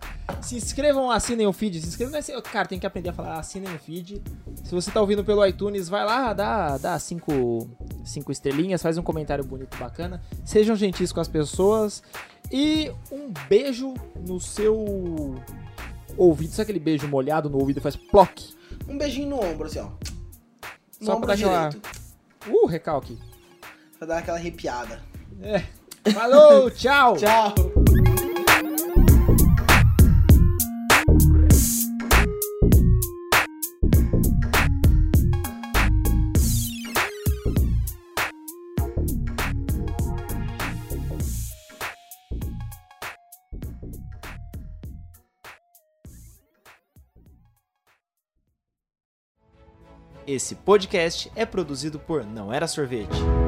A: Se inscrevam, assinem o feed. Se inscrevam nesse. Cara, tem que aprender a falar, assinem o feed. Se você tá ouvindo pelo iTunes, vai lá, dá, dá cinco, cinco estrelinhas, faz um comentário bonito, bacana. Sejam gentis com as pessoas. E um beijo no seu ouvido. Sabe aquele beijo molhado no ouvido e faz ploc?
B: Um beijinho no ombro, assim, ó. No
A: Só pra
B: ombro
A: dar aquela-
B: direito.
A: Uh, recalque.
B: Pra dar aquela arrepiada.
A: É. Falou, [LAUGHS] tchau!
B: Tchau!
A: Esse podcast é produzido por Não Era Sorvete.